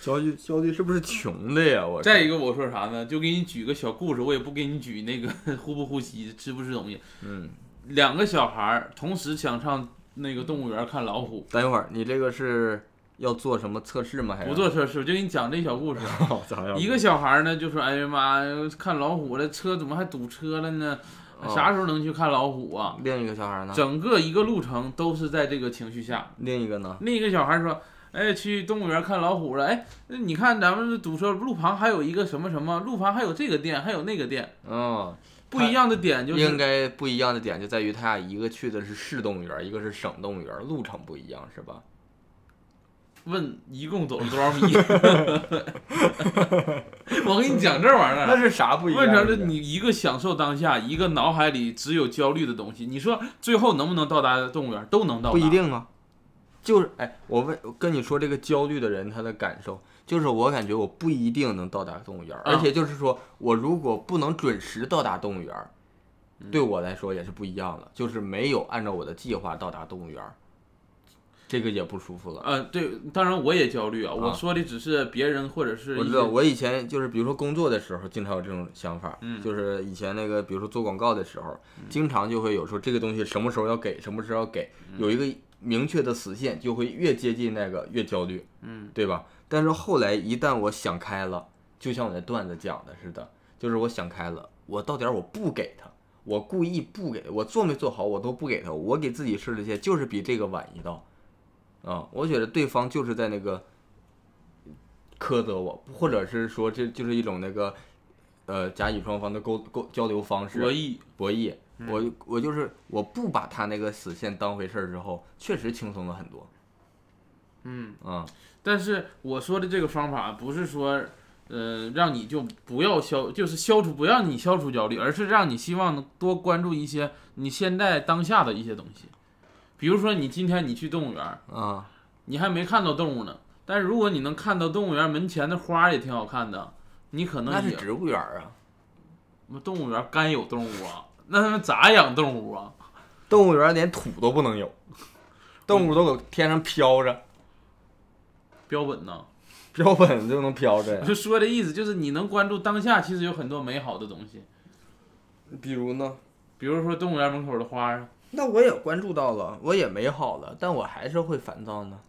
焦虑焦虑是不是穷的呀？我
(laughs) 再一个我说啥呢？就给你举个小故事，我也不给你举那个 (laughs) 呼不呼吸、吃不吃东西。
嗯，
两个小孩儿同时想上那个动物园看老虎，
等一会儿你这个是要做什么测试吗？还是
不
(laughs)
做测试，我就给你讲这小故事。
好咋样
一个小孩呢就说：“哎呀妈呀，看老虎了，车怎么还堵车了呢？啥时候能去看老虎啊？
另一个小孩呢？
整个一个路程都是在这个情绪下。
另一个呢？
另一个小孩说：“哎，去动物园看老虎了。哎，那你看咱们这堵车路旁还有一个什么什么，路旁还有这个店，还有那个店，
嗯，
不一样的点就是
应该不一样的点就在于他俩一个去的是市动物园，一个是省动物园，路程不一样是吧？
问一共走了多少米。 (laughs) 我跟你讲这玩意儿
那
啊，
是啥不一样
问
的
成
点？
了你一个享受当下，一个脑海里只有焦虑的东西。你说最后能不能到达动物园？都能到达，
不一定啊。就是哎，我问我跟你说这个焦虑的人他的感受，就是我感觉我不一定能到达动物园儿，
嗯
而且就是说我如果不能准时到达动物园儿，对我来说也是不一样的，就是没有按照我的计划到达动物园儿，这个也不舒服了。
呃，对，当然我也焦虑啊。我
啊
说的只是别人或者是
我
一
知
些
道，我以前就是比如说工作的时候，经常有这种想法，
嗯
就是以前那个比如说做广告的时候，经常就会有说这个东西什么时候要给，什么时候要给，
嗯
有一个明确的死线，就会越接近那个越焦虑。
嗯
对吧？但是后来一旦我想开了，就像我那段子讲的似的，就是我想开了，我到点儿我不给他，我故意不给，我做没做好我都不给他，我给自己设了些，就是比这个晚一到，啊，我觉得对方就是在那个苛责我，或者是说这就是一种那个，呃，甲乙双方的沟沟交流方式，
博弈，嗯
博弈，我我就是我不把他那个死线当回事儿之后，确实轻松了很多，
嗯。
啊、
但是我说的这个方法不是说，呃，让你就不要消，就是消除不让你消除焦虑，而是让你希望能多关注一些你现在当下的一些东西。比如说，你今天你去动物园，
啊，
你还没看到动物呢，但是如果你能看到动物园门前的花也挺好看的，你可能
那是
也
植物园儿啊。
动物园该有动物啊，那他们咋养动物啊？
动物园连土都
(laughs)
不能有，动物都搁天上飘着，
标本呢？
标本就能飘着
我
呀。
就说的意思就是，你能关注当下，其实有很多美好的东西，
(laughs) 比如呢？
比如说动物园门口的花啊。
那我也关注到了，我也美好了，但我还是会烦躁呢。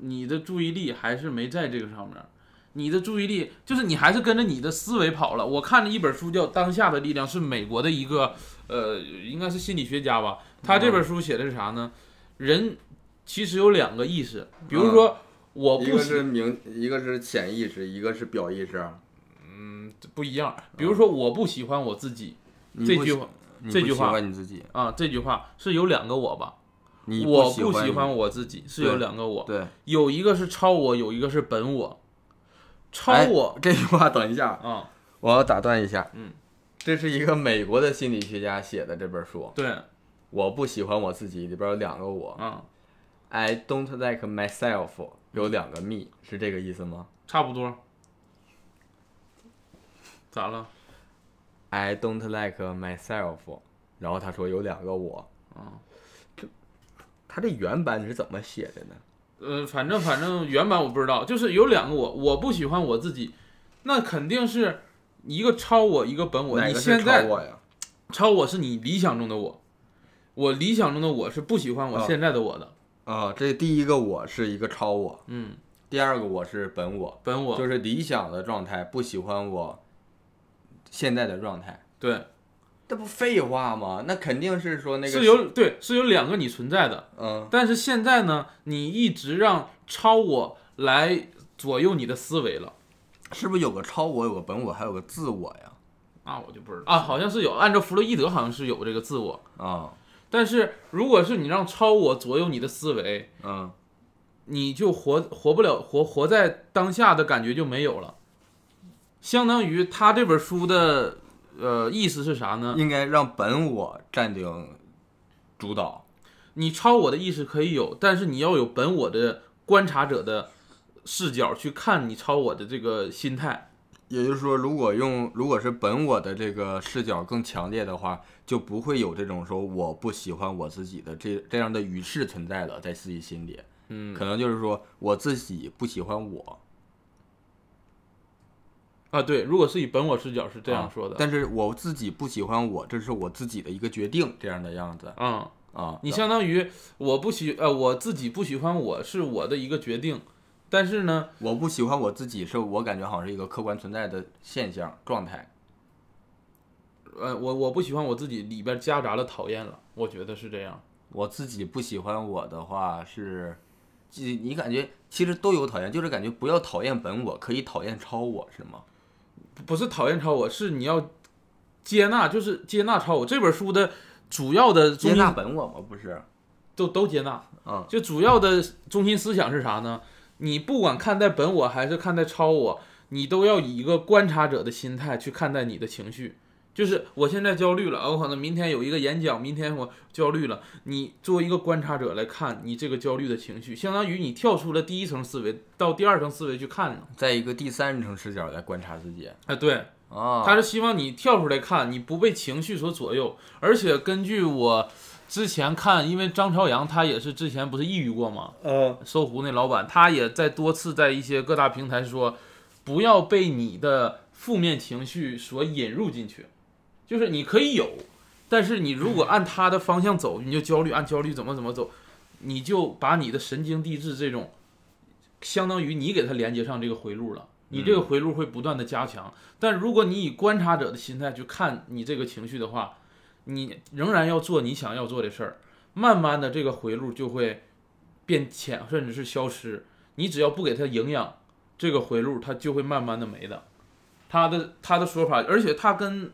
你的注意力还是没在这个上面儿，你的注意力就是你还是跟着你的思维跑了。我看了一本书叫《当下的力量》，是美国的一个呃，应该是心理学家吧。他这本书写的是啥呢？人其实有两个意识，比如说我
嗯一
哦不
个
喜
是明，一个是潜意识，一个是表意识。啊
嗯不一样，比如说我不喜欢我自己
你
这
不
句
喜
话
你
这
不
句
喜
话
欢你自己，
啊，这句话是有两个我吧？
你
我
不
喜
喜
欢
我。
我自己是有
对
两个我，
对，
有一个是超我，有一个是本我。超
哎
我
这句话，等一下，
啊、
我要打断一下。
嗯，
这是一个美国的心理学家写的这本书。
对啊。
我不喜欢我自己，里边有两个我。I don't like myself 有两个 me 是这个意思吗
差不多。咋了？
？I don't like myself，然后他说有两个我。
啊，
他这原版是怎么写的呢？
呃，反正反正原版我不知道，就是有两个我，我不喜欢我自己，那肯定是一个超我，一个本我。
哪
你
个
现
是
在
超我呀？
超我是你理想中的我，我理想中的我是不喜欢我
啊
现在的我的，
啊，这第一个我是一个超我，
嗯，
第二个我是本我，
本我，
就是理想的状态，不喜欢我现在的状态。
对，
这不废话吗？那肯定是说那个
是有对是有两个你存在的，
嗯
但是现在呢，你一直让超我来左右你的思维了。
是不是有个超我，有个本我，还有个自我呀？
那我就不知道啊，好像是有，按照弗洛伊德好像是有这个自我，
啊
但是如果是你让超我左右你的思维，
嗯，
你就活活不了，活活在当下的感觉就没有了。相当于他这本书的呃意思是啥呢？
应该让本我占领主导。
你超我的意识可以有，但是你要有本我的观察者的视角去看你超我的这个心态。
也就是说，如果用如果是本我的这个视角更强烈的话，就不会有这种说我不喜欢我自己的这这样的语势存在了，在自己心里，
嗯
可能就是说我自己不喜欢我
啊，对，如果是以本我视角是这样
啊
说的。
但是我自己不喜欢我，这是我自己的一个决定，这样的样子
嗯，
啊。
你相当于我不喜呃我自己不喜欢我是我的一个决定，但是呢，
我不喜欢我自己，是我感觉好像是一个客观存在的现象状态，
呃，我我不喜欢我自己里边夹杂了讨厌了，我觉得是这样。
我自己不喜欢我的话是，即你感觉其实都有讨厌，就是感觉不要讨厌本我，可以讨厌超我是吗？
不是讨厌超我，是你要接纳，就是接纳超我。这本书的主要的中
接
心
纳本我吗？不是，
都都接纳，
嗯
就主要的中心思想是啥呢？你不管看待本我还是看待超我，你都要以一个观察者的心态去看待你的情绪。就是我现在焦虑了，啊我可能明天有一个演讲，明天我焦虑了。你作为一个观察者来看你这个焦虑的情绪，相当于你跳出了第一层思维，到第二层思维去看了。
在一个第三层视角来观察自己
哎，对，
啊，
他是希望你跳出来看，你不被情绪所左右。而且根据我之前看，因为张朝阳他也是之前不是抑郁过吗？
呃，
搜狐那老板，他也在多次在一些各大平台说，不要被你的负面情绪所引入进去，就是你可以有，但是你如果按他的方向走，你就焦虑，按焦虑怎么怎么走，你就把你的神经递质这种，相当于你给它连接上这个回路了。你这个回路会不断的加强，但如果你以观察者的心态去看你这个情绪的话，你仍然要做你想要做的事儿，慢慢的这个回路就会变浅，甚至是消失。你只要不给它营养，这个回路它就会慢慢的没的。他的他的说法，而且他跟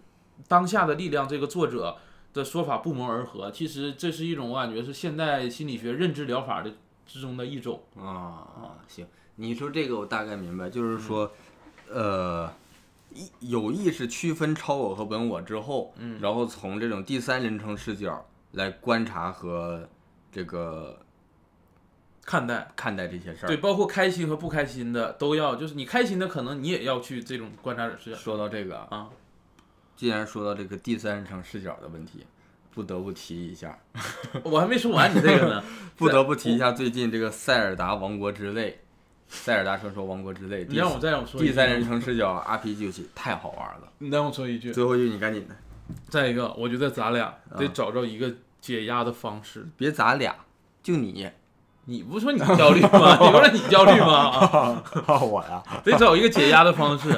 当下的力量这个作者的说法不谋而合。其实这是一种我感觉是现代心理学认知疗法的之中的一种。
啊，行，你说这个我大概明白，就是说，呃，意有意识区分超我和本我之后，嗯，然后从这种第三人称视角来观察和这个
看待
看待这些事儿。
对，，包括开心和不开心的都要，就是你开心的可能你也要去这种观察者视角
说到这个啊，
啊，
既然说到这个第三人称视角的问题，不得不提一下，
我还没说完你这个
(laughs)
呢，
不得不提一下最近这个《塞尔达王国之泪》，《塞尔达传说王国之泪》
你让我再让我说一
第
句
三人，称视角 RPG 游戏太好玩了。
你让我说一句，
最后一句你赶紧的，
再一个，我觉得咱俩得
啊
找着一个解压的方式。
别咱俩，就你。
你不是说你焦虑
(laughs)
吗？你不 (laughs) 是说你焦虑吗？啊，
我呀、
得找一个解压的方式。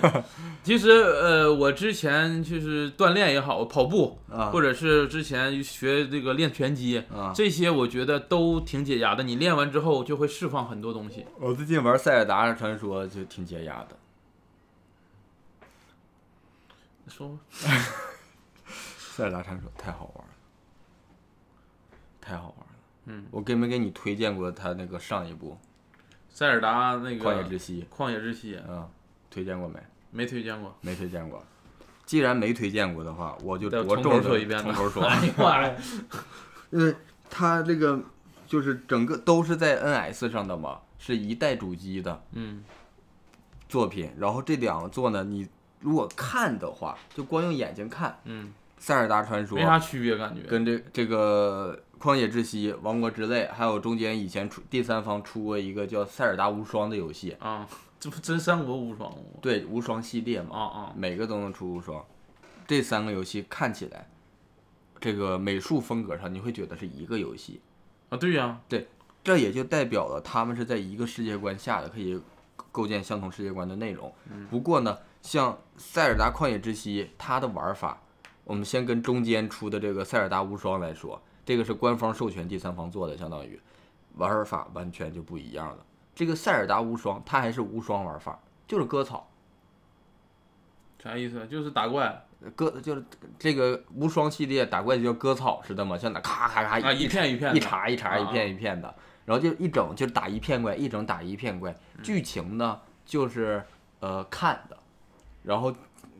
其实，呃，我之前就是锻炼也好，跑步，
啊
或者是之前学这个练拳击，
啊
这些我觉得都挺解压的。你练完之后就会释放很多东西。
我最近玩《塞尔达传说》就挺解压的。
说吧
塞尔达传说太好玩了，太好玩了。
嗯，
我给没给你推荐过他那个上一部
塞尔达那
《
个
旷野之息
旷野之息》？
嗯，推荐过没？
没推荐过，
没推荐过。既然没推荐过的话，我就
再
着
从
重
头
的
说一遍
从
吧。
头
(laughs)
说。
哎呀妈
(laughs)
呀！
因为它这个就是整个都是在 NS 上的嘛，是一代主机的
嗯，
作品。然后这两座呢，你如果看的话，就光用眼睛看，
嗯，
塞尔达传说》
没啥区别感觉。
跟这这个《旷野之息》《王国之泪》，还有中间以前出第三方出过一个叫《塞尔达无双》的游戏，
啊，这不真三国无双吗？
对无双系列嘛，
啊啊，
每个都能出无双。这三个游戏看起来，这个美术风格上你会觉得是一个游戏，
啊，对呀、
这也就代表了他们是在一个世界观下的，可以构建相同世界观的内容。不过呢，像《塞尔达旷野之息》它的玩法，我们先跟中间出的这个《塞尔达无双》来说，这个是官方授权第三方做的，相当于玩法完全就不一样了。这个《塞尔达无双》它还是无双玩法，就是割草，
啥意思？就是打怪啊
割就是这个无双系列打怪就叫割草似的嘛，像那咔咔咔
啊，一片一片的
一茬一茬
啊
一片一片的，然后就一整就打一片怪，一整打一片怪。
嗯
剧情呢就是呃看的，然后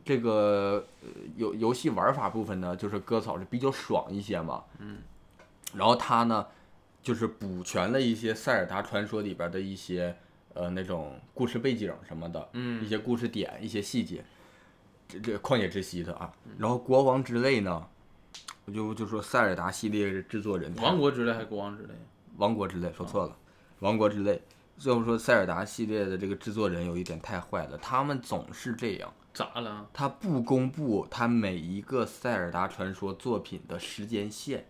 这个呃游游戏玩法部分呢就是割草是比较爽一些嘛，嗯，然后它呢就是补全了一些塞尔达传说里边的一些呃那种故事背景什么的，
嗯
一些故事点一些细节。这这旷野之息的啊，
嗯
然后国王之泪呢，我就就说塞尔达系列制作人
王国之泪还是国王之泪？
王国之泪说错了，王国之泪。最后说塞尔达系列的这个制作人有一点太坏了，他们总是这样，
咋了？
他不公布他每一个塞尔达传说作品的时间线。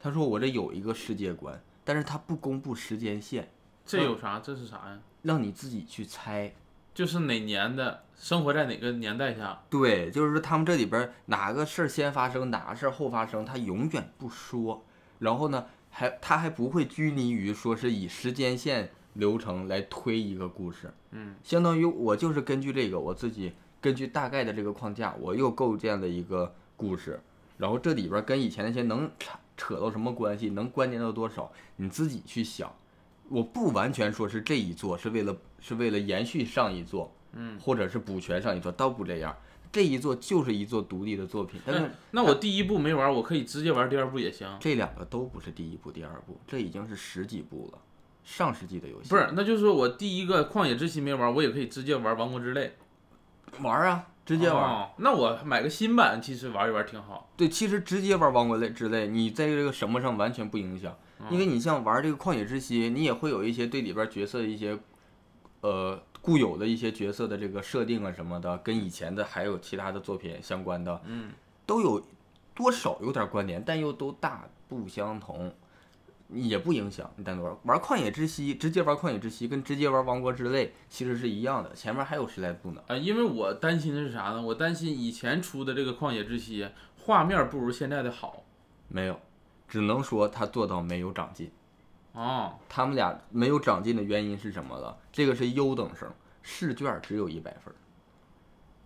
他说我这有一个世界观，但是他不公布时间线，
这有啥？这是啥呀？
让你自己去猜。
就是哪年的，生活在哪个年代下，
对，就是说他们这里边儿哪个事儿先发生，哪个事儿后发生，他永远不说。然后呢，还他还不会拘泥于说是以时间线流程来推一个故事。
嗯，
相当于我就是根据这个我自己根据大概的这个框架，我又构建了一个故事。然后这里边儿跟以前那些能扯扯到什么关系，能关联到多少，你自己去想。我不完全说是这一座是为了是为了延续上一座，
嗯，
或者是补全上一座，倒不这样。这一座就是一座独立的作品，但
那
是
哎那我第一部没玩，我可以直接玩第二部也行。
这两个都不是第一部、第二部，这已经是十几部了，上世纪的游戏。
不是，那就是说我第一个《旷野之息》没玩，我也可以直接玩《王国之泪》，
玩儿啊，直接玩儿。
哦那我买个新版，其实玩一玩挺好。
对，其实直接玩《王国类之类，你在这个什么上完全不影响，因为你像玩这个《旷野之息》，你也会有一些对里边角色的一些，呃，固有的一些角色的这个设定啊什么的，跟以前的还有其他的作品相关的，
嗯，
都有多少有点关联，但又都大不相同，也不影响你单独玩。玩《旷野之息》，直接玩《旷野之息》跟直接玩《王国之泪》其实是一样的，前面还有十来部呢。
啊，因为我担心的是啥呢？我担心以前出的这个《旷野之息》画面不如现在的好
没有，只能说他做到没有长进。
啊。
他们俩没有长进的原因是什么了？这个是优等生，试卷只有一百分儿。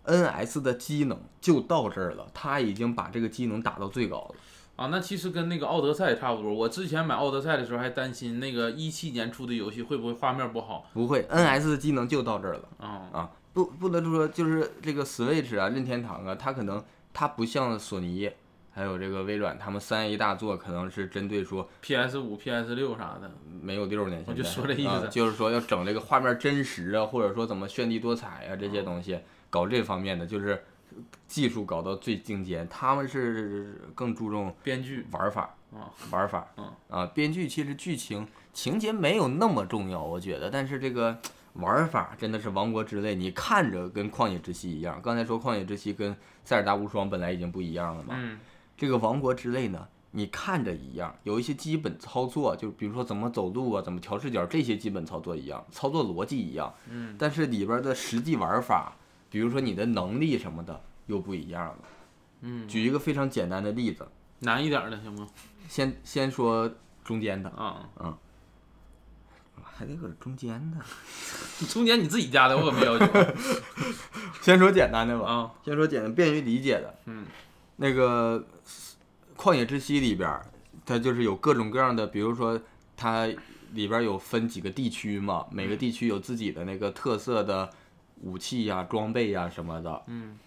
NS 的机能就到这儿了，他已经把这个机能打到最高了。
啊，那其实跟那个《奥德赛》也差不多。我之前买《奥德赛》的时候还担心那个一七年出的游戏会不会画面不好
不会，NS 的机能就到这儿了
啊？
啊！不，不能说就是这个 Switch 啊、任天堂啊，它可能它不像索尼还有这个微软，他们三 A 大作可能是针对说
PS 五、PS 六啥的，
没有六呢，
我
现
就
在
说这意思
啊就是说要整这个画面真实啊，或者说怎么绚丽多彩啊这
哦
些东西，搞这方面的就是技术搞到最顶尖。他们是更注重
编剧
玩法
啊，
玩法
嗯
啊，编剧其实剧情情节没有那么重要，我觉得，但是这个。玩法真的是王国之泪，你看着跟旷野之息一样。刚才说旷野之息跟塞尔达无双本来已经不一样了嘛，
嗯，
这个王国之类呢，你看着一样，有一些基本操作，就比如说怎么走路啊，怎么调视角，这些基本操作一样，操作逻辑一样。
嗯，
但是里边的实际玩法，比如说你的能力什么的，又不一样了。
嗯
举一个非常简单的例子，
难一点的行吗？
先先说中间的，
啊，
还得搁中间的，
中间你自己加的，我可没 (laughs) 要求
(laughs) 先说简单的吧。
啊。
先说简单便于理解的，
嗯，
那个《旷野之息》里边儿，它就是有各种各样的，比如说它里边儿有分几个地区嘛，每个地区有自己的那个特色的武器呀、装备呀什么的，
嗯，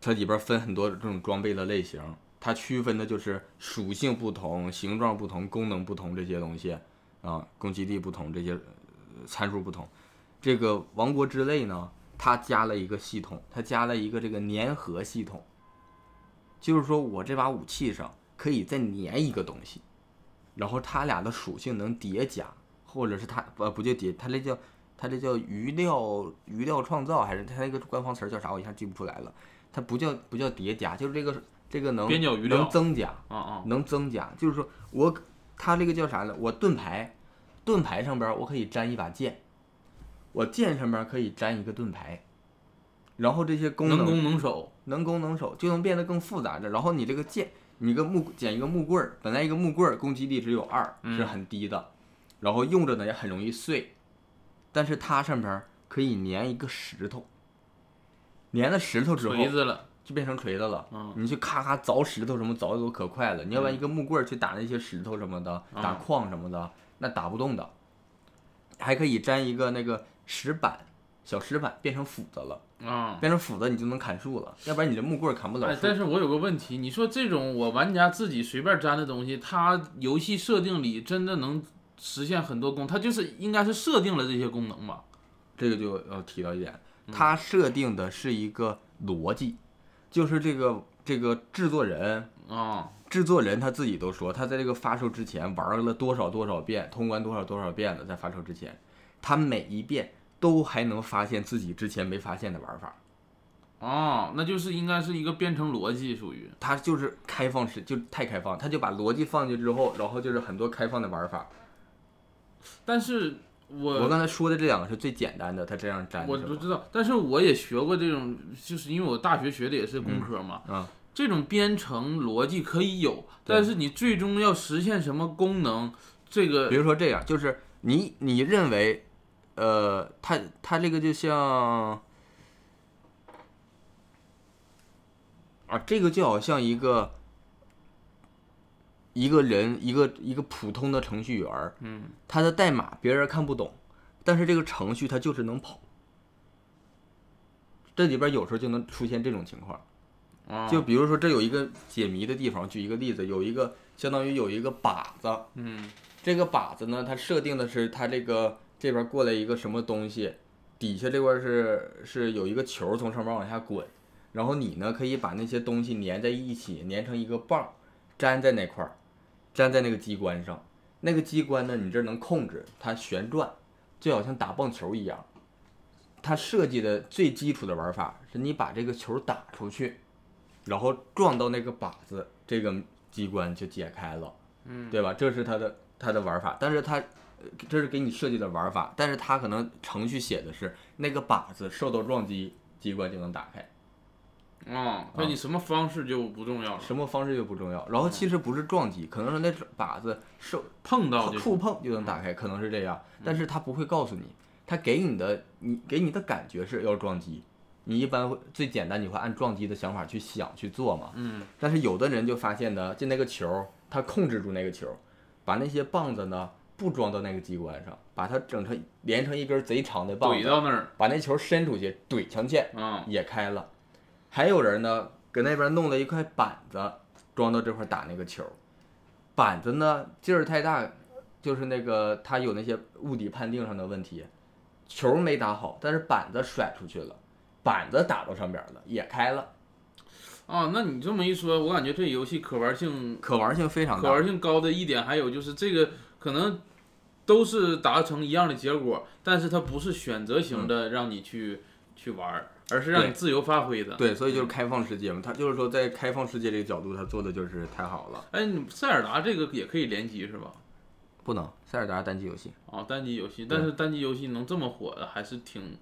它里边儿分很多这种装备的类型，它区分的就是属性不同、形状不同、功能不同这些东西啊，攻击力不同这些呃参数不同。这个《王国之泪》呢，它加了一个系统，它加了一个这个粘合系统，就是说我这把武器上可以再粘一个东西，然后它俩的属性能叠加，或者是它呃不叫叠，它这叫它这叫余料余料创造，还是它那个官方词儿叫啥？我一下记不出来了。它不叫不叫叠加，就是这个这个能
边角余料
能增加，
啊啊！
能增加，就是说我它这个叫啥呢？我盾牌，盾牌上边儿我可以粘一把剑，我剑上边儿可以粘一个盾牌，然后这些功能
能攻能守，
能攻能守就能变得更复杂的。然后你这个剑，你个木捡一个木棍儿，本来一个木棍儿攻击力只有二、
嗯
是很低的，然后用着呢也很容易碎，但是它上边儿可以粘一个石头，粘了石头之后
锤子了，
就变成锤子了。
嗯
你去咔咔凿石头什么凿的都可快了，你要不然一个木棍儿去打那些石头什么的，
嗯
打矿什么的，那打不动的。还可以粘一个那个石板，小石板变成斧子了，
啊。
变成斧子你就能砍树了，要不然你这木棍儿砍不了
哎，
树。
但是我有个问题，你说这种我玩家自己随便粘的东西，它游戏设定里真的能实现很多功，它就是应该是设定了这些功能吧？
这个就要提到一点，
嗯
它设定的是一个逻辑，就是这个这个制作人
啊，
制作人他自己都说，他在这个发售之前玩了多少多少遍，通关多少多少遍了，在发售之前，他每一遍都还能发现自己之前没发现的玩法。
哦，那就是应该是一个编程逻辑，属于
他就是开放式，就太开放，他就把逻辑放进去之后，然后就是很多开放的玩法。
但是我
我刚才说的这两个是最简单的，它这样粘
我
的是
都
吧。
知道，但是我也学过这种，就是因为我大学学的也是工科嘛。
嗯
这种编程逻辑可以有，但是你最终要实现什么功能，这个
比如说这样，就是你你认为，呃，它它这个就像，啊，这个就好像一个一个人一个一个普通的程序员，嗯，他的代码别人看不懂，但是这个程序它就是能跑。这里边有时候就能出现这种情况，
啊，
就比如说这有一个解谜的地方，举一个例子，有一个相当于有一个靶子，
嗯
这个靶子呢，它设定的是它这个这边过来一个什么东西，底下这块是是有一个球从上面往下滚，然后你呢可以把那些东西粘在一起，粘成一个棒儿，粘在那块儿，粘在那个机关上。那个机关呢，你这儿能控制它旋转，就好像打棒球一样。它设计的最基础的玩法是你把这个球打出去，然后撞到那个靶子，这个机关就解开了。
嗯，
对吧？这是它的它的玩法，但是它呃这是给你设计的玩法，但是它可能程序写的是那个靶子受到撞击，机关就能打开，
啊，那你什么方式就不重要了，
什么方式就不重要。然后其实不是撞击，可能是那是靶子受
碰到就嗯
触碰就能打开，可能是这样，但是它不会告诉你，它给你的你给你的感觉是要撞击。你一般会最简单，你会按撞击的想法去想去做嘛？
嗯，
但是有的人就发现呢，就那个球，他控制住那个球，把那些棒子呢不装到那个机关上，把它整成连成一根贼长的棒
怼
子，
到那儿，
把那球伸出去怼墙线
啊，
也开了。还有人呢，搁那边弄了一块板子装到这块打那个球，板子呢劲儿太大，就是那个它有那些物理判定上的问题，球没打好，但是板子甩出去了，板子打到上边了也开了，
啊，那你这么一说，我感觉这游戏可玩性
可玩性非常
可
大。
玩性高的一点，还有就是这个可能都是达成一样的结果，但是它不是选择型的让你去、去玩儿，而是让你
嗯对
自由发挥的。，嗯
对，所以就是开放世界嘛，它就是说在开放世界这个角度，它做的就是太好了。
哎，你塞尔达这个也可以联机是吧？
不能，塞尔达单机游戏。
啊、单机游戏，但是单机游戏能这么火的还是挺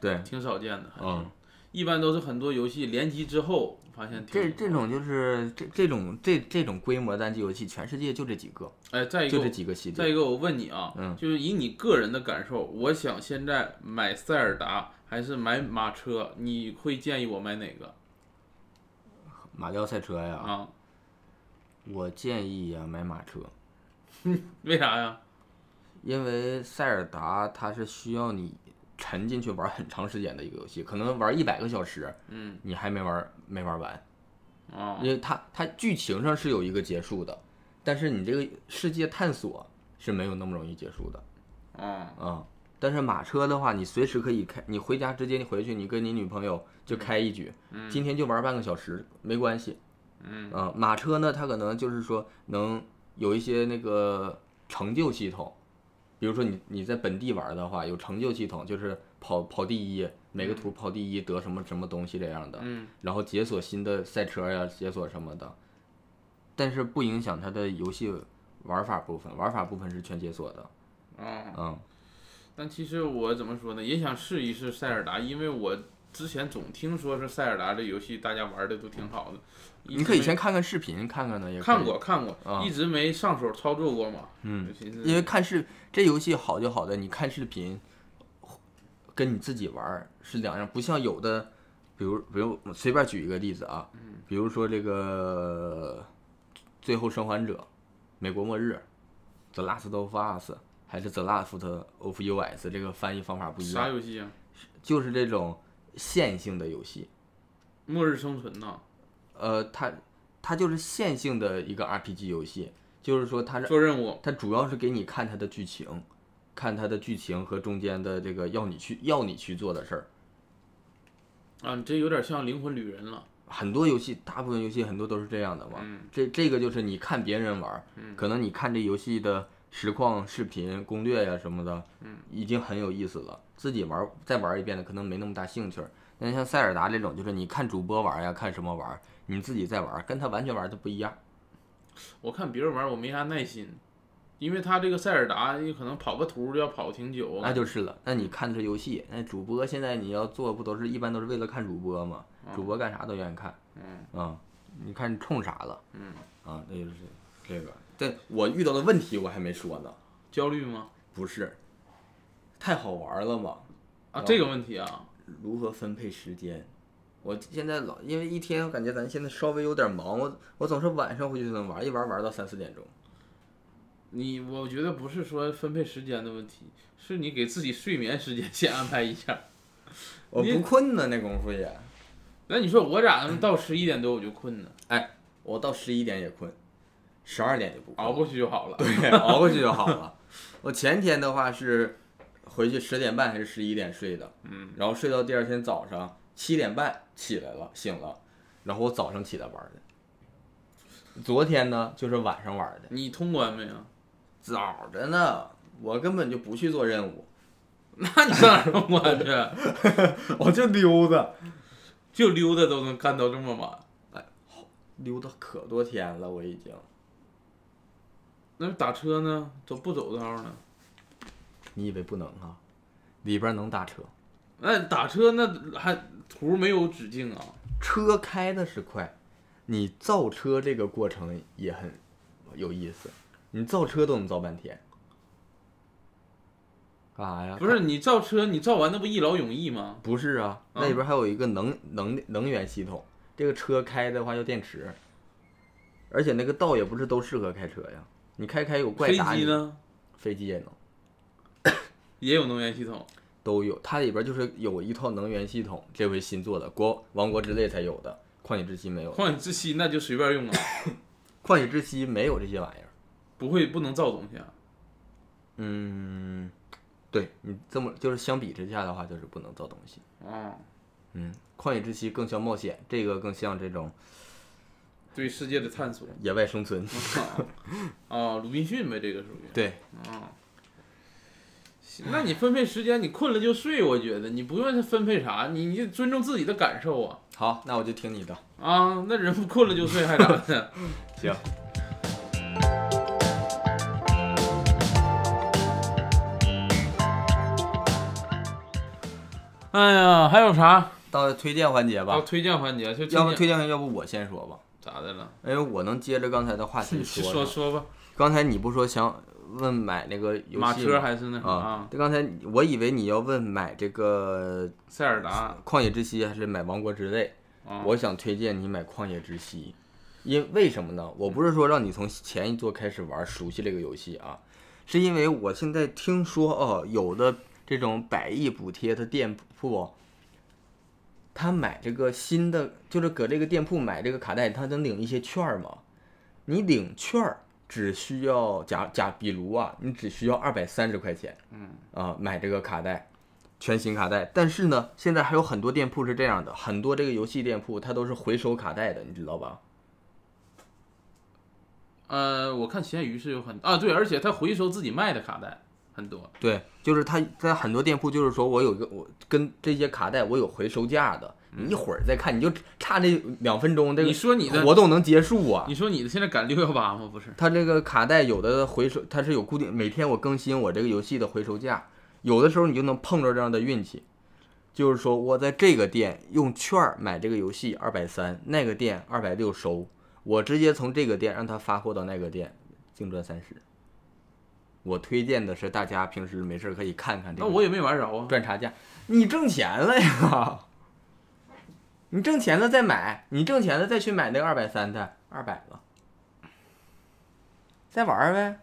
对，
挺少见的，还是、
嗯，
一般都是很多游戏联机之后发现挺
这这种就是这这种这这种规模单机游戏，全世界就这几个。
哎，再一个
就这
我
几个系
再
列。
一个，我问你啊，
嗯
就是以你个人的感受，我想现在买塞尔达还是买马车，你会建议我买哪个
马里奥赛车呀，
啊？
我建议呀、买马车，
为啥呀？
因为塞尔达它是需要你沉进去玩很长时间的一个游戏，可能玩一百个小时，
嗯，
你还没玩没玩完，
啊
因为它它剧情上是有一个结束的，但是你这个世界探索是没有那么容易结束的
啊，
啊、嗯但是马车的话，你随时可以开，你回家直接你回去，你跟你女朋友就开一局，今天就玩半个小时没关系，
嗯
嗯，马车呢，它可能就是说能有一些那个成就系统，比如说你你在本地玩的话，有成就系统，就是跑跑第一，每个图跑第一得什么什么东西这样的，
嗯
然后解锁新的赛车呀，解锁什么的，但是不影响它的游戏玩法部分，玩法部分是全解锁的，
啊，
嗯，
但其实我怎么说呢，也想试一试塞尔达，因为我之前总听说是塞尔达这游戏大家玩的都挺好的，一
你
直
可以
没
先看看视频，看看呢也可以
看过看过，
啊
一直没上手操作过嘛，
嗯
就寻思，
因为看视这游戏好就好在你看视频，跟你自己玩儿是两样，不像有的，比如比如我随便举一个例子啊，比如说这个《最后生还者》《美国末日》《The Last of Us》还是《The Last of Us》，这个翻译方法不一
啥
样，
游戏啊？
就是这种线性的游戏，
末日生存呐，
呃，它它就是线性的一个 RPG 游戏，就是说它是
做任务，
它主要是给你看它的剧情，看它的剧情和中间的这个要你去要你去做的事儿。
啊，你这有点像灵魂旅人了。
很多游戏，大部分游戏很多都是这样的嘛。
嗯
这这个就是你看别人玩儿，可能你看这游戏的实况、视频、攻略呀、什么的，已经很有意思了。自己玩儿再玩儿一遍的，可能没那么大兴趣儿。但像塞尔达这种，就是你看主播玩儿呀，看什么玩儿，你自己在玩儿，跟他完全玩儿的不一样。
我看别人玩，我没啥耐心。因为他这个塞尔达你可能跑个图就要跑挺久，
那就是了。那你看的是游戏，那主播现在你要做不都是一般都是为了看主播吗？主播干啥都愿意看，
嗯
啊，你看你冲啥了？
嗯，
啊，那就是这个。但我遇到的问题我还没说呢，
焦虑吗？
不是，太好玩了嘛？
啊，
啊
这个问题啊，
如何分配时间？我现在老因为一天，我感觉咱现在稍微有点忙，我我总是晚上回去才能玩，一玩玩到三四点钟。
你我觉得不是说分配时间的问题，是你给自己睡眠时间先安排一下。
我
你
不困呢，那功夫也，
那你说我咋能到十一点多我就困呢？
我到十一点也困，十二点就不困
熬过去就好了。
对，熬过去就好了。我前天的话是回去十点半还是十一点睡的，
嗯，
然后睡到第二天早上七点半起来了，醒了，然后我早上起来玩的。昨天呢，就是晚上玩的，
你通关没啊有？
早着呢，我根本就不去做任务，
(laughs) 那你上哪儿通关去？
(laughs)
啊
我就溜达，
(laughs) 就溜达都能干到这么晚，
溜达可多天了，我已经。
那打车呢？都不走道呢？
你以为不能啊？里边能打车，
那打车那还图没有止境啊？
车开的是快，你造车这个过程也很有意思，你造车都能造半天，干啥呀？
不是你造车，你造完那不一劳永逸吗？
不是啊，
嗯
那里边还有一个能能能源系统，这个车开的话要电池，而且那个道也不是都适合开车呀，你开开有怪
飞
打
机
你，
呢
飞机也能。
也有能源系统，
都有，它里边就是有一套能源系统，这回新做的，国王国之泪才有的，旷野之息没有的，
旷野之息那就随便用了，
旷野之息没有这些玩意儿。
不会不能造东西啊？
嗯，对你这么就是相比之下的话，就是不能造东西。
啊，
嗯，旷野之息更像冒险，这个更像这种
对世界的探索
野外生存。
嗯啊，鲁滨逊呗，这个属于
对，
啊。行那你分配时间，你困了就睡，我觉得你不用分配啥，你你尊重自己的感受啊
好，那我就听你的。
啊！那人不困了就睡还咋的？
行，
哎呀，还有啥？
到推荐环节
到
吧，
哦推荐环节，就
要不
今
推荐，要不我先说吧，
天咋的了？
因为我能接着刚才的话题
你
说
说
上。
说吧，
刚才你不说想问买那个游戏
马车
吗
还是那啥
啊
啊？，
就刚才你我以为你要问买这个
塞尔达，
《旷野之息》还是买《王国之泪》
啊
我想推荐你买《旷野之息》，因为什么呢？我不是说让你从前一座开始玩，熟悉这个游戏啊，是因为我现在听说哦，有的这种百亿补贴的店铺，他买这个新的，就是搁这个店铺买这个卡带，他能领一些券儿嘛？你领券儿只需要假假，比如啊，你只需要二百三十块钱，
嗯
啊、买这个卡带，全新卡带。但是呢，现在还有很多店铺是这样的，很多这个游戏店铺它都是回收卡带的，你知道吧？
呃，我看闲鱼是有很啊，对，而且他回收自己卖的卡带很多，
对，就是它在很多店铺，就是说我有一个我跟这些卡带我有回收价的，你一会儿再看，你就差那两分钟，这
你
个
说你的，
活动能结束啊
你。说你的现在赶六幺八吗？不是，
它这个卡带有的回收，它是有固定，每天我更新我这个游戏的回收价，有的时候你就能碰着这样的运气，就是说我在这个店用券儿买这个游戏二百三，那个店二百六收，我直接从这个店让他发货到那个店，净赚三十。我推荐的是大家平时没事儿可以看看这
那
个，
我也没玩着啊。
赚差价，你挣钱了呀，你挣钱了再买，你挣钱了再去买那个二百三的，二百了，再玩儿呗。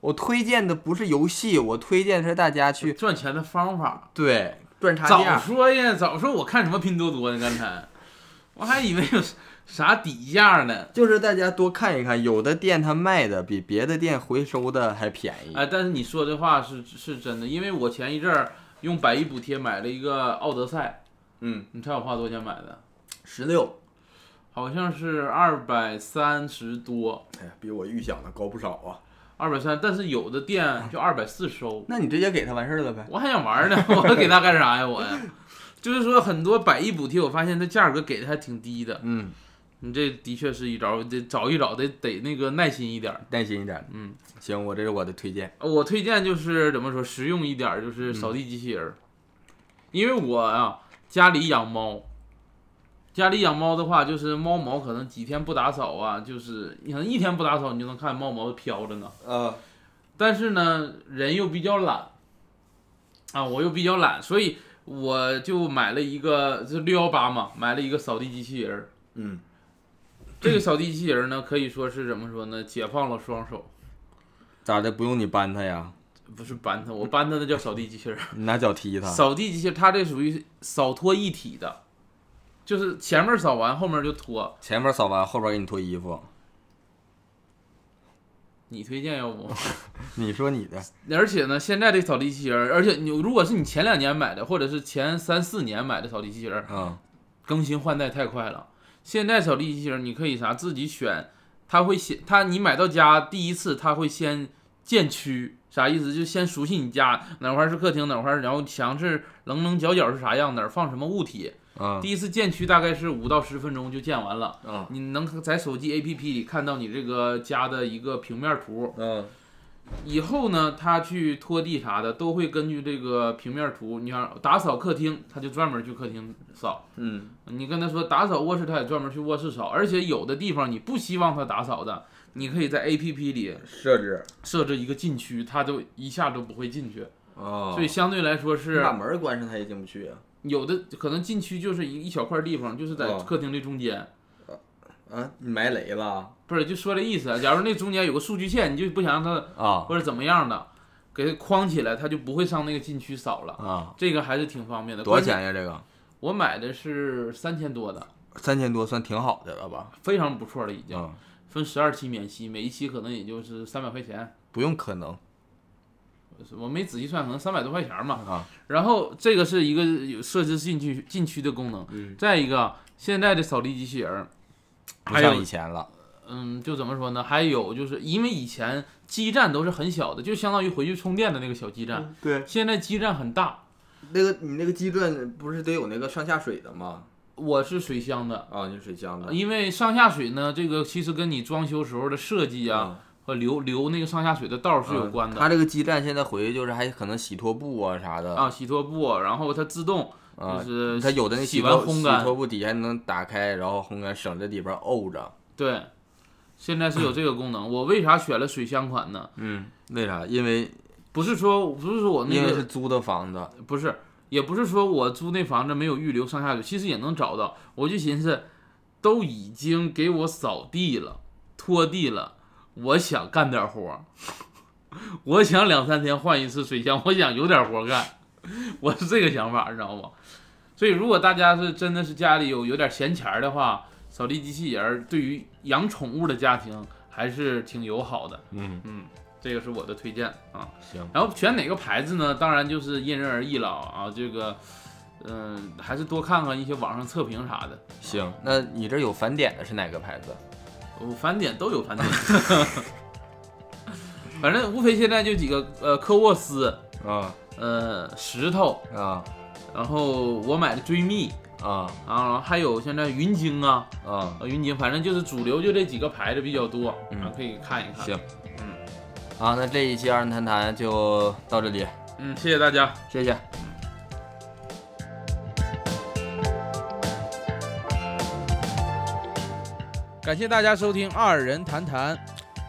我推荐的不是游戏，我推荐是大家去
赚钱的方法，
对赚差
早
价。
说呀，早说我看什么拼多多呢？刚才我还以为有啥底价呢。
就是大家多看一看，有的店它卖的比别的店回收的还便宜。
哎，但是你说这话是是真的，因为我前一阵儿用百亿补贴买了一个奥德赛，
嗯，
你猜我花多少钱买的？
十六，
好像是二百三十多，
哎呀，比我预想的高不少啊。
二百三，但是有的店就二百四收，
那你直接给他完事儿了呗。
我还想玩呢， (laughs) 我给他干啥呀？我呀，就是说很多百亿补贴，我发现它价格给的还挺低的，
嗯，
你这的确是一招，得找一找，得得那个耐心一点儿。
耐心一点。
嗯，
行，我这是我的推荐。
我推荐就是怎么说实用一点儿，就是扫地机器人儿，因为我啊家里养猫，家里养猫的话，就是猫毛可能几天不打扫啊，就是你可能一天不打扫，你就能看猫毛飘着呢。
呃，
但是呢，人又比较懒，啊，我又比较懒，所以我就买了一个，这六幺八嘛，买了一个扫地机器人儿。
嗯，
这个扫地机器人儿呢，可以说是怎么说呢，解放了双手，
咋的？不用你搬它呀？
不是搬它，我搬它那叫扫地机器人儿，
你拿脚踢它。
扫地机器人儿它这属于扫拖一体的，就是前面扫完，后面就拖。
前面扫完，后边给你脱衣服。
你推荐要不？ (laughs)
你说你的，
而且呢，现在这扫地机器人儿，而且你如果是你前两年买的，或者是前三四年买的扫地机器人儿，
嗯，
更新换代太快了。现在扫地机器人你可以啥自己选，它会先它你买到家第一次，它会先建区，啥意思？就先熟悉你家哪块儿是客厅，哪块儿然后墙是棱棱角角是啥样，哪儿放什么物体。
嗯，
第一次建区大概是五到十分钟就建完了。
嗯，
你能在手机 APP 里看到你这个家的一个平面图，
嗯，
以后呢，它去拖地啥的都会根据这个平面图，你看打扫客厅，它就专门去客厅扫。
嗯，
你跟他说打扫卧室，他也专门去卧室扫，而且有的地方你不希望他打扫的，你可以在 A P P 里
设置。
设置一个禁区，他都一下都不会进去，
哦
所以相对来说
你
是
把门关上，它也进不去啊。
有的可能禁区就是一一小块地方，就是在
哦
客厅的中间，
啊，你埋雷了
不是就说这意思啊。假如那中间有个数据线，你就不想让他
啊
或者怎么样的，给他框起来，他就不会上那个禁区扫了。
啊！
这个还是挺方便的。
多
关
少
键？
钱呀？这个
我买的是三千多的，
三千多算挺好的了吧？
非常不错了，已经、
嗯，
分十二期免息，每一期可能也就是三百块钱。
不用可能
我没仔细算，可能三百多块钱嘛。
啊。
然后这个是一个有设置禁区禁区的功能，
嗯
再一个现在的扫地机器人儿，
不
还有
像以前了。
嗯，就怎么说呢？还有就是因为以前基站都是很小的，就相当于回去充电的那个小基站，
对，
现在基站很大。
那个你那个基站不是得有那个上下水的吗？
我是水箱的，
啊，你水箱的。
因为上下水呢，这个其实跟你装修时候的设计
嗯
啊、和留留那个上下水的道儿是有关的。
他这个基站现在回去就是还可能洗拖布啊啥的
啊，洗拖布，然后它自动
啊
就，是
它有的那
洗
洗
完
拖
烘
洗
干，
拖布底下能打开，然后烘干省着里边沤着。
对，现在是有这个功能。我为啥选了水箱款呢？
嗯，为啥？因为
不是说不是说我那
因为是
个
租的房子，
不是，也不是说我租那房子没有预留上下水，其实也能找到。我就寻思，都已经给我扫地了、拖地了，我想干点活儿， (laughs) 我想两三天换一次水箱，我想有点活儿干，我是这个想法，你知道吗？所以，如果大家是真的是家里有有点闲钱儿的话，扫地机器人儿对于养宠物的家庭还是挺友好的。
嗯
嗯，这个是我的推荐啊。
行
然后选哪个牌子呢？当然就是因人而异了啊。这个，嗯、还是多看看一些网上测评啥的。
行。那你这有返点的是哪个牌子？
我返点都有返点， (laughs) 反正无非现在就几个呃科沃斯，
啊
呃石头，
啊
然后我买的追觅
啊
啊，然后还有现在云鲸啊，
啊！
呃云鲸，反正就是主流就这几个牌子比较多，
嗯
啊可以看一看。
行，
嗯
啊，那这一期二人谈谈就到这里，
嗯，谢谢大家。
谢谢。
感谢大家收听《二人谈谈》，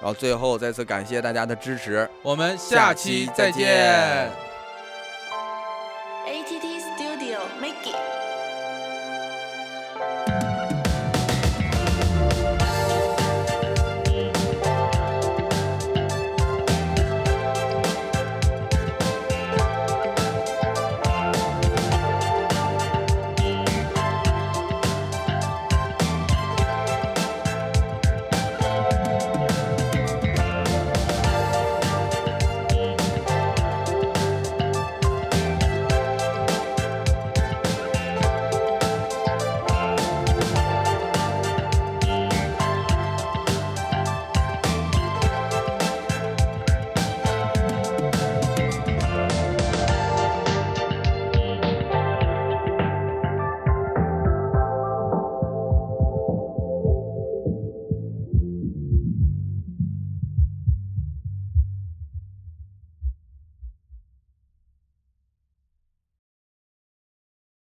然后最后再次感谢大家的支持，
我们下期再见。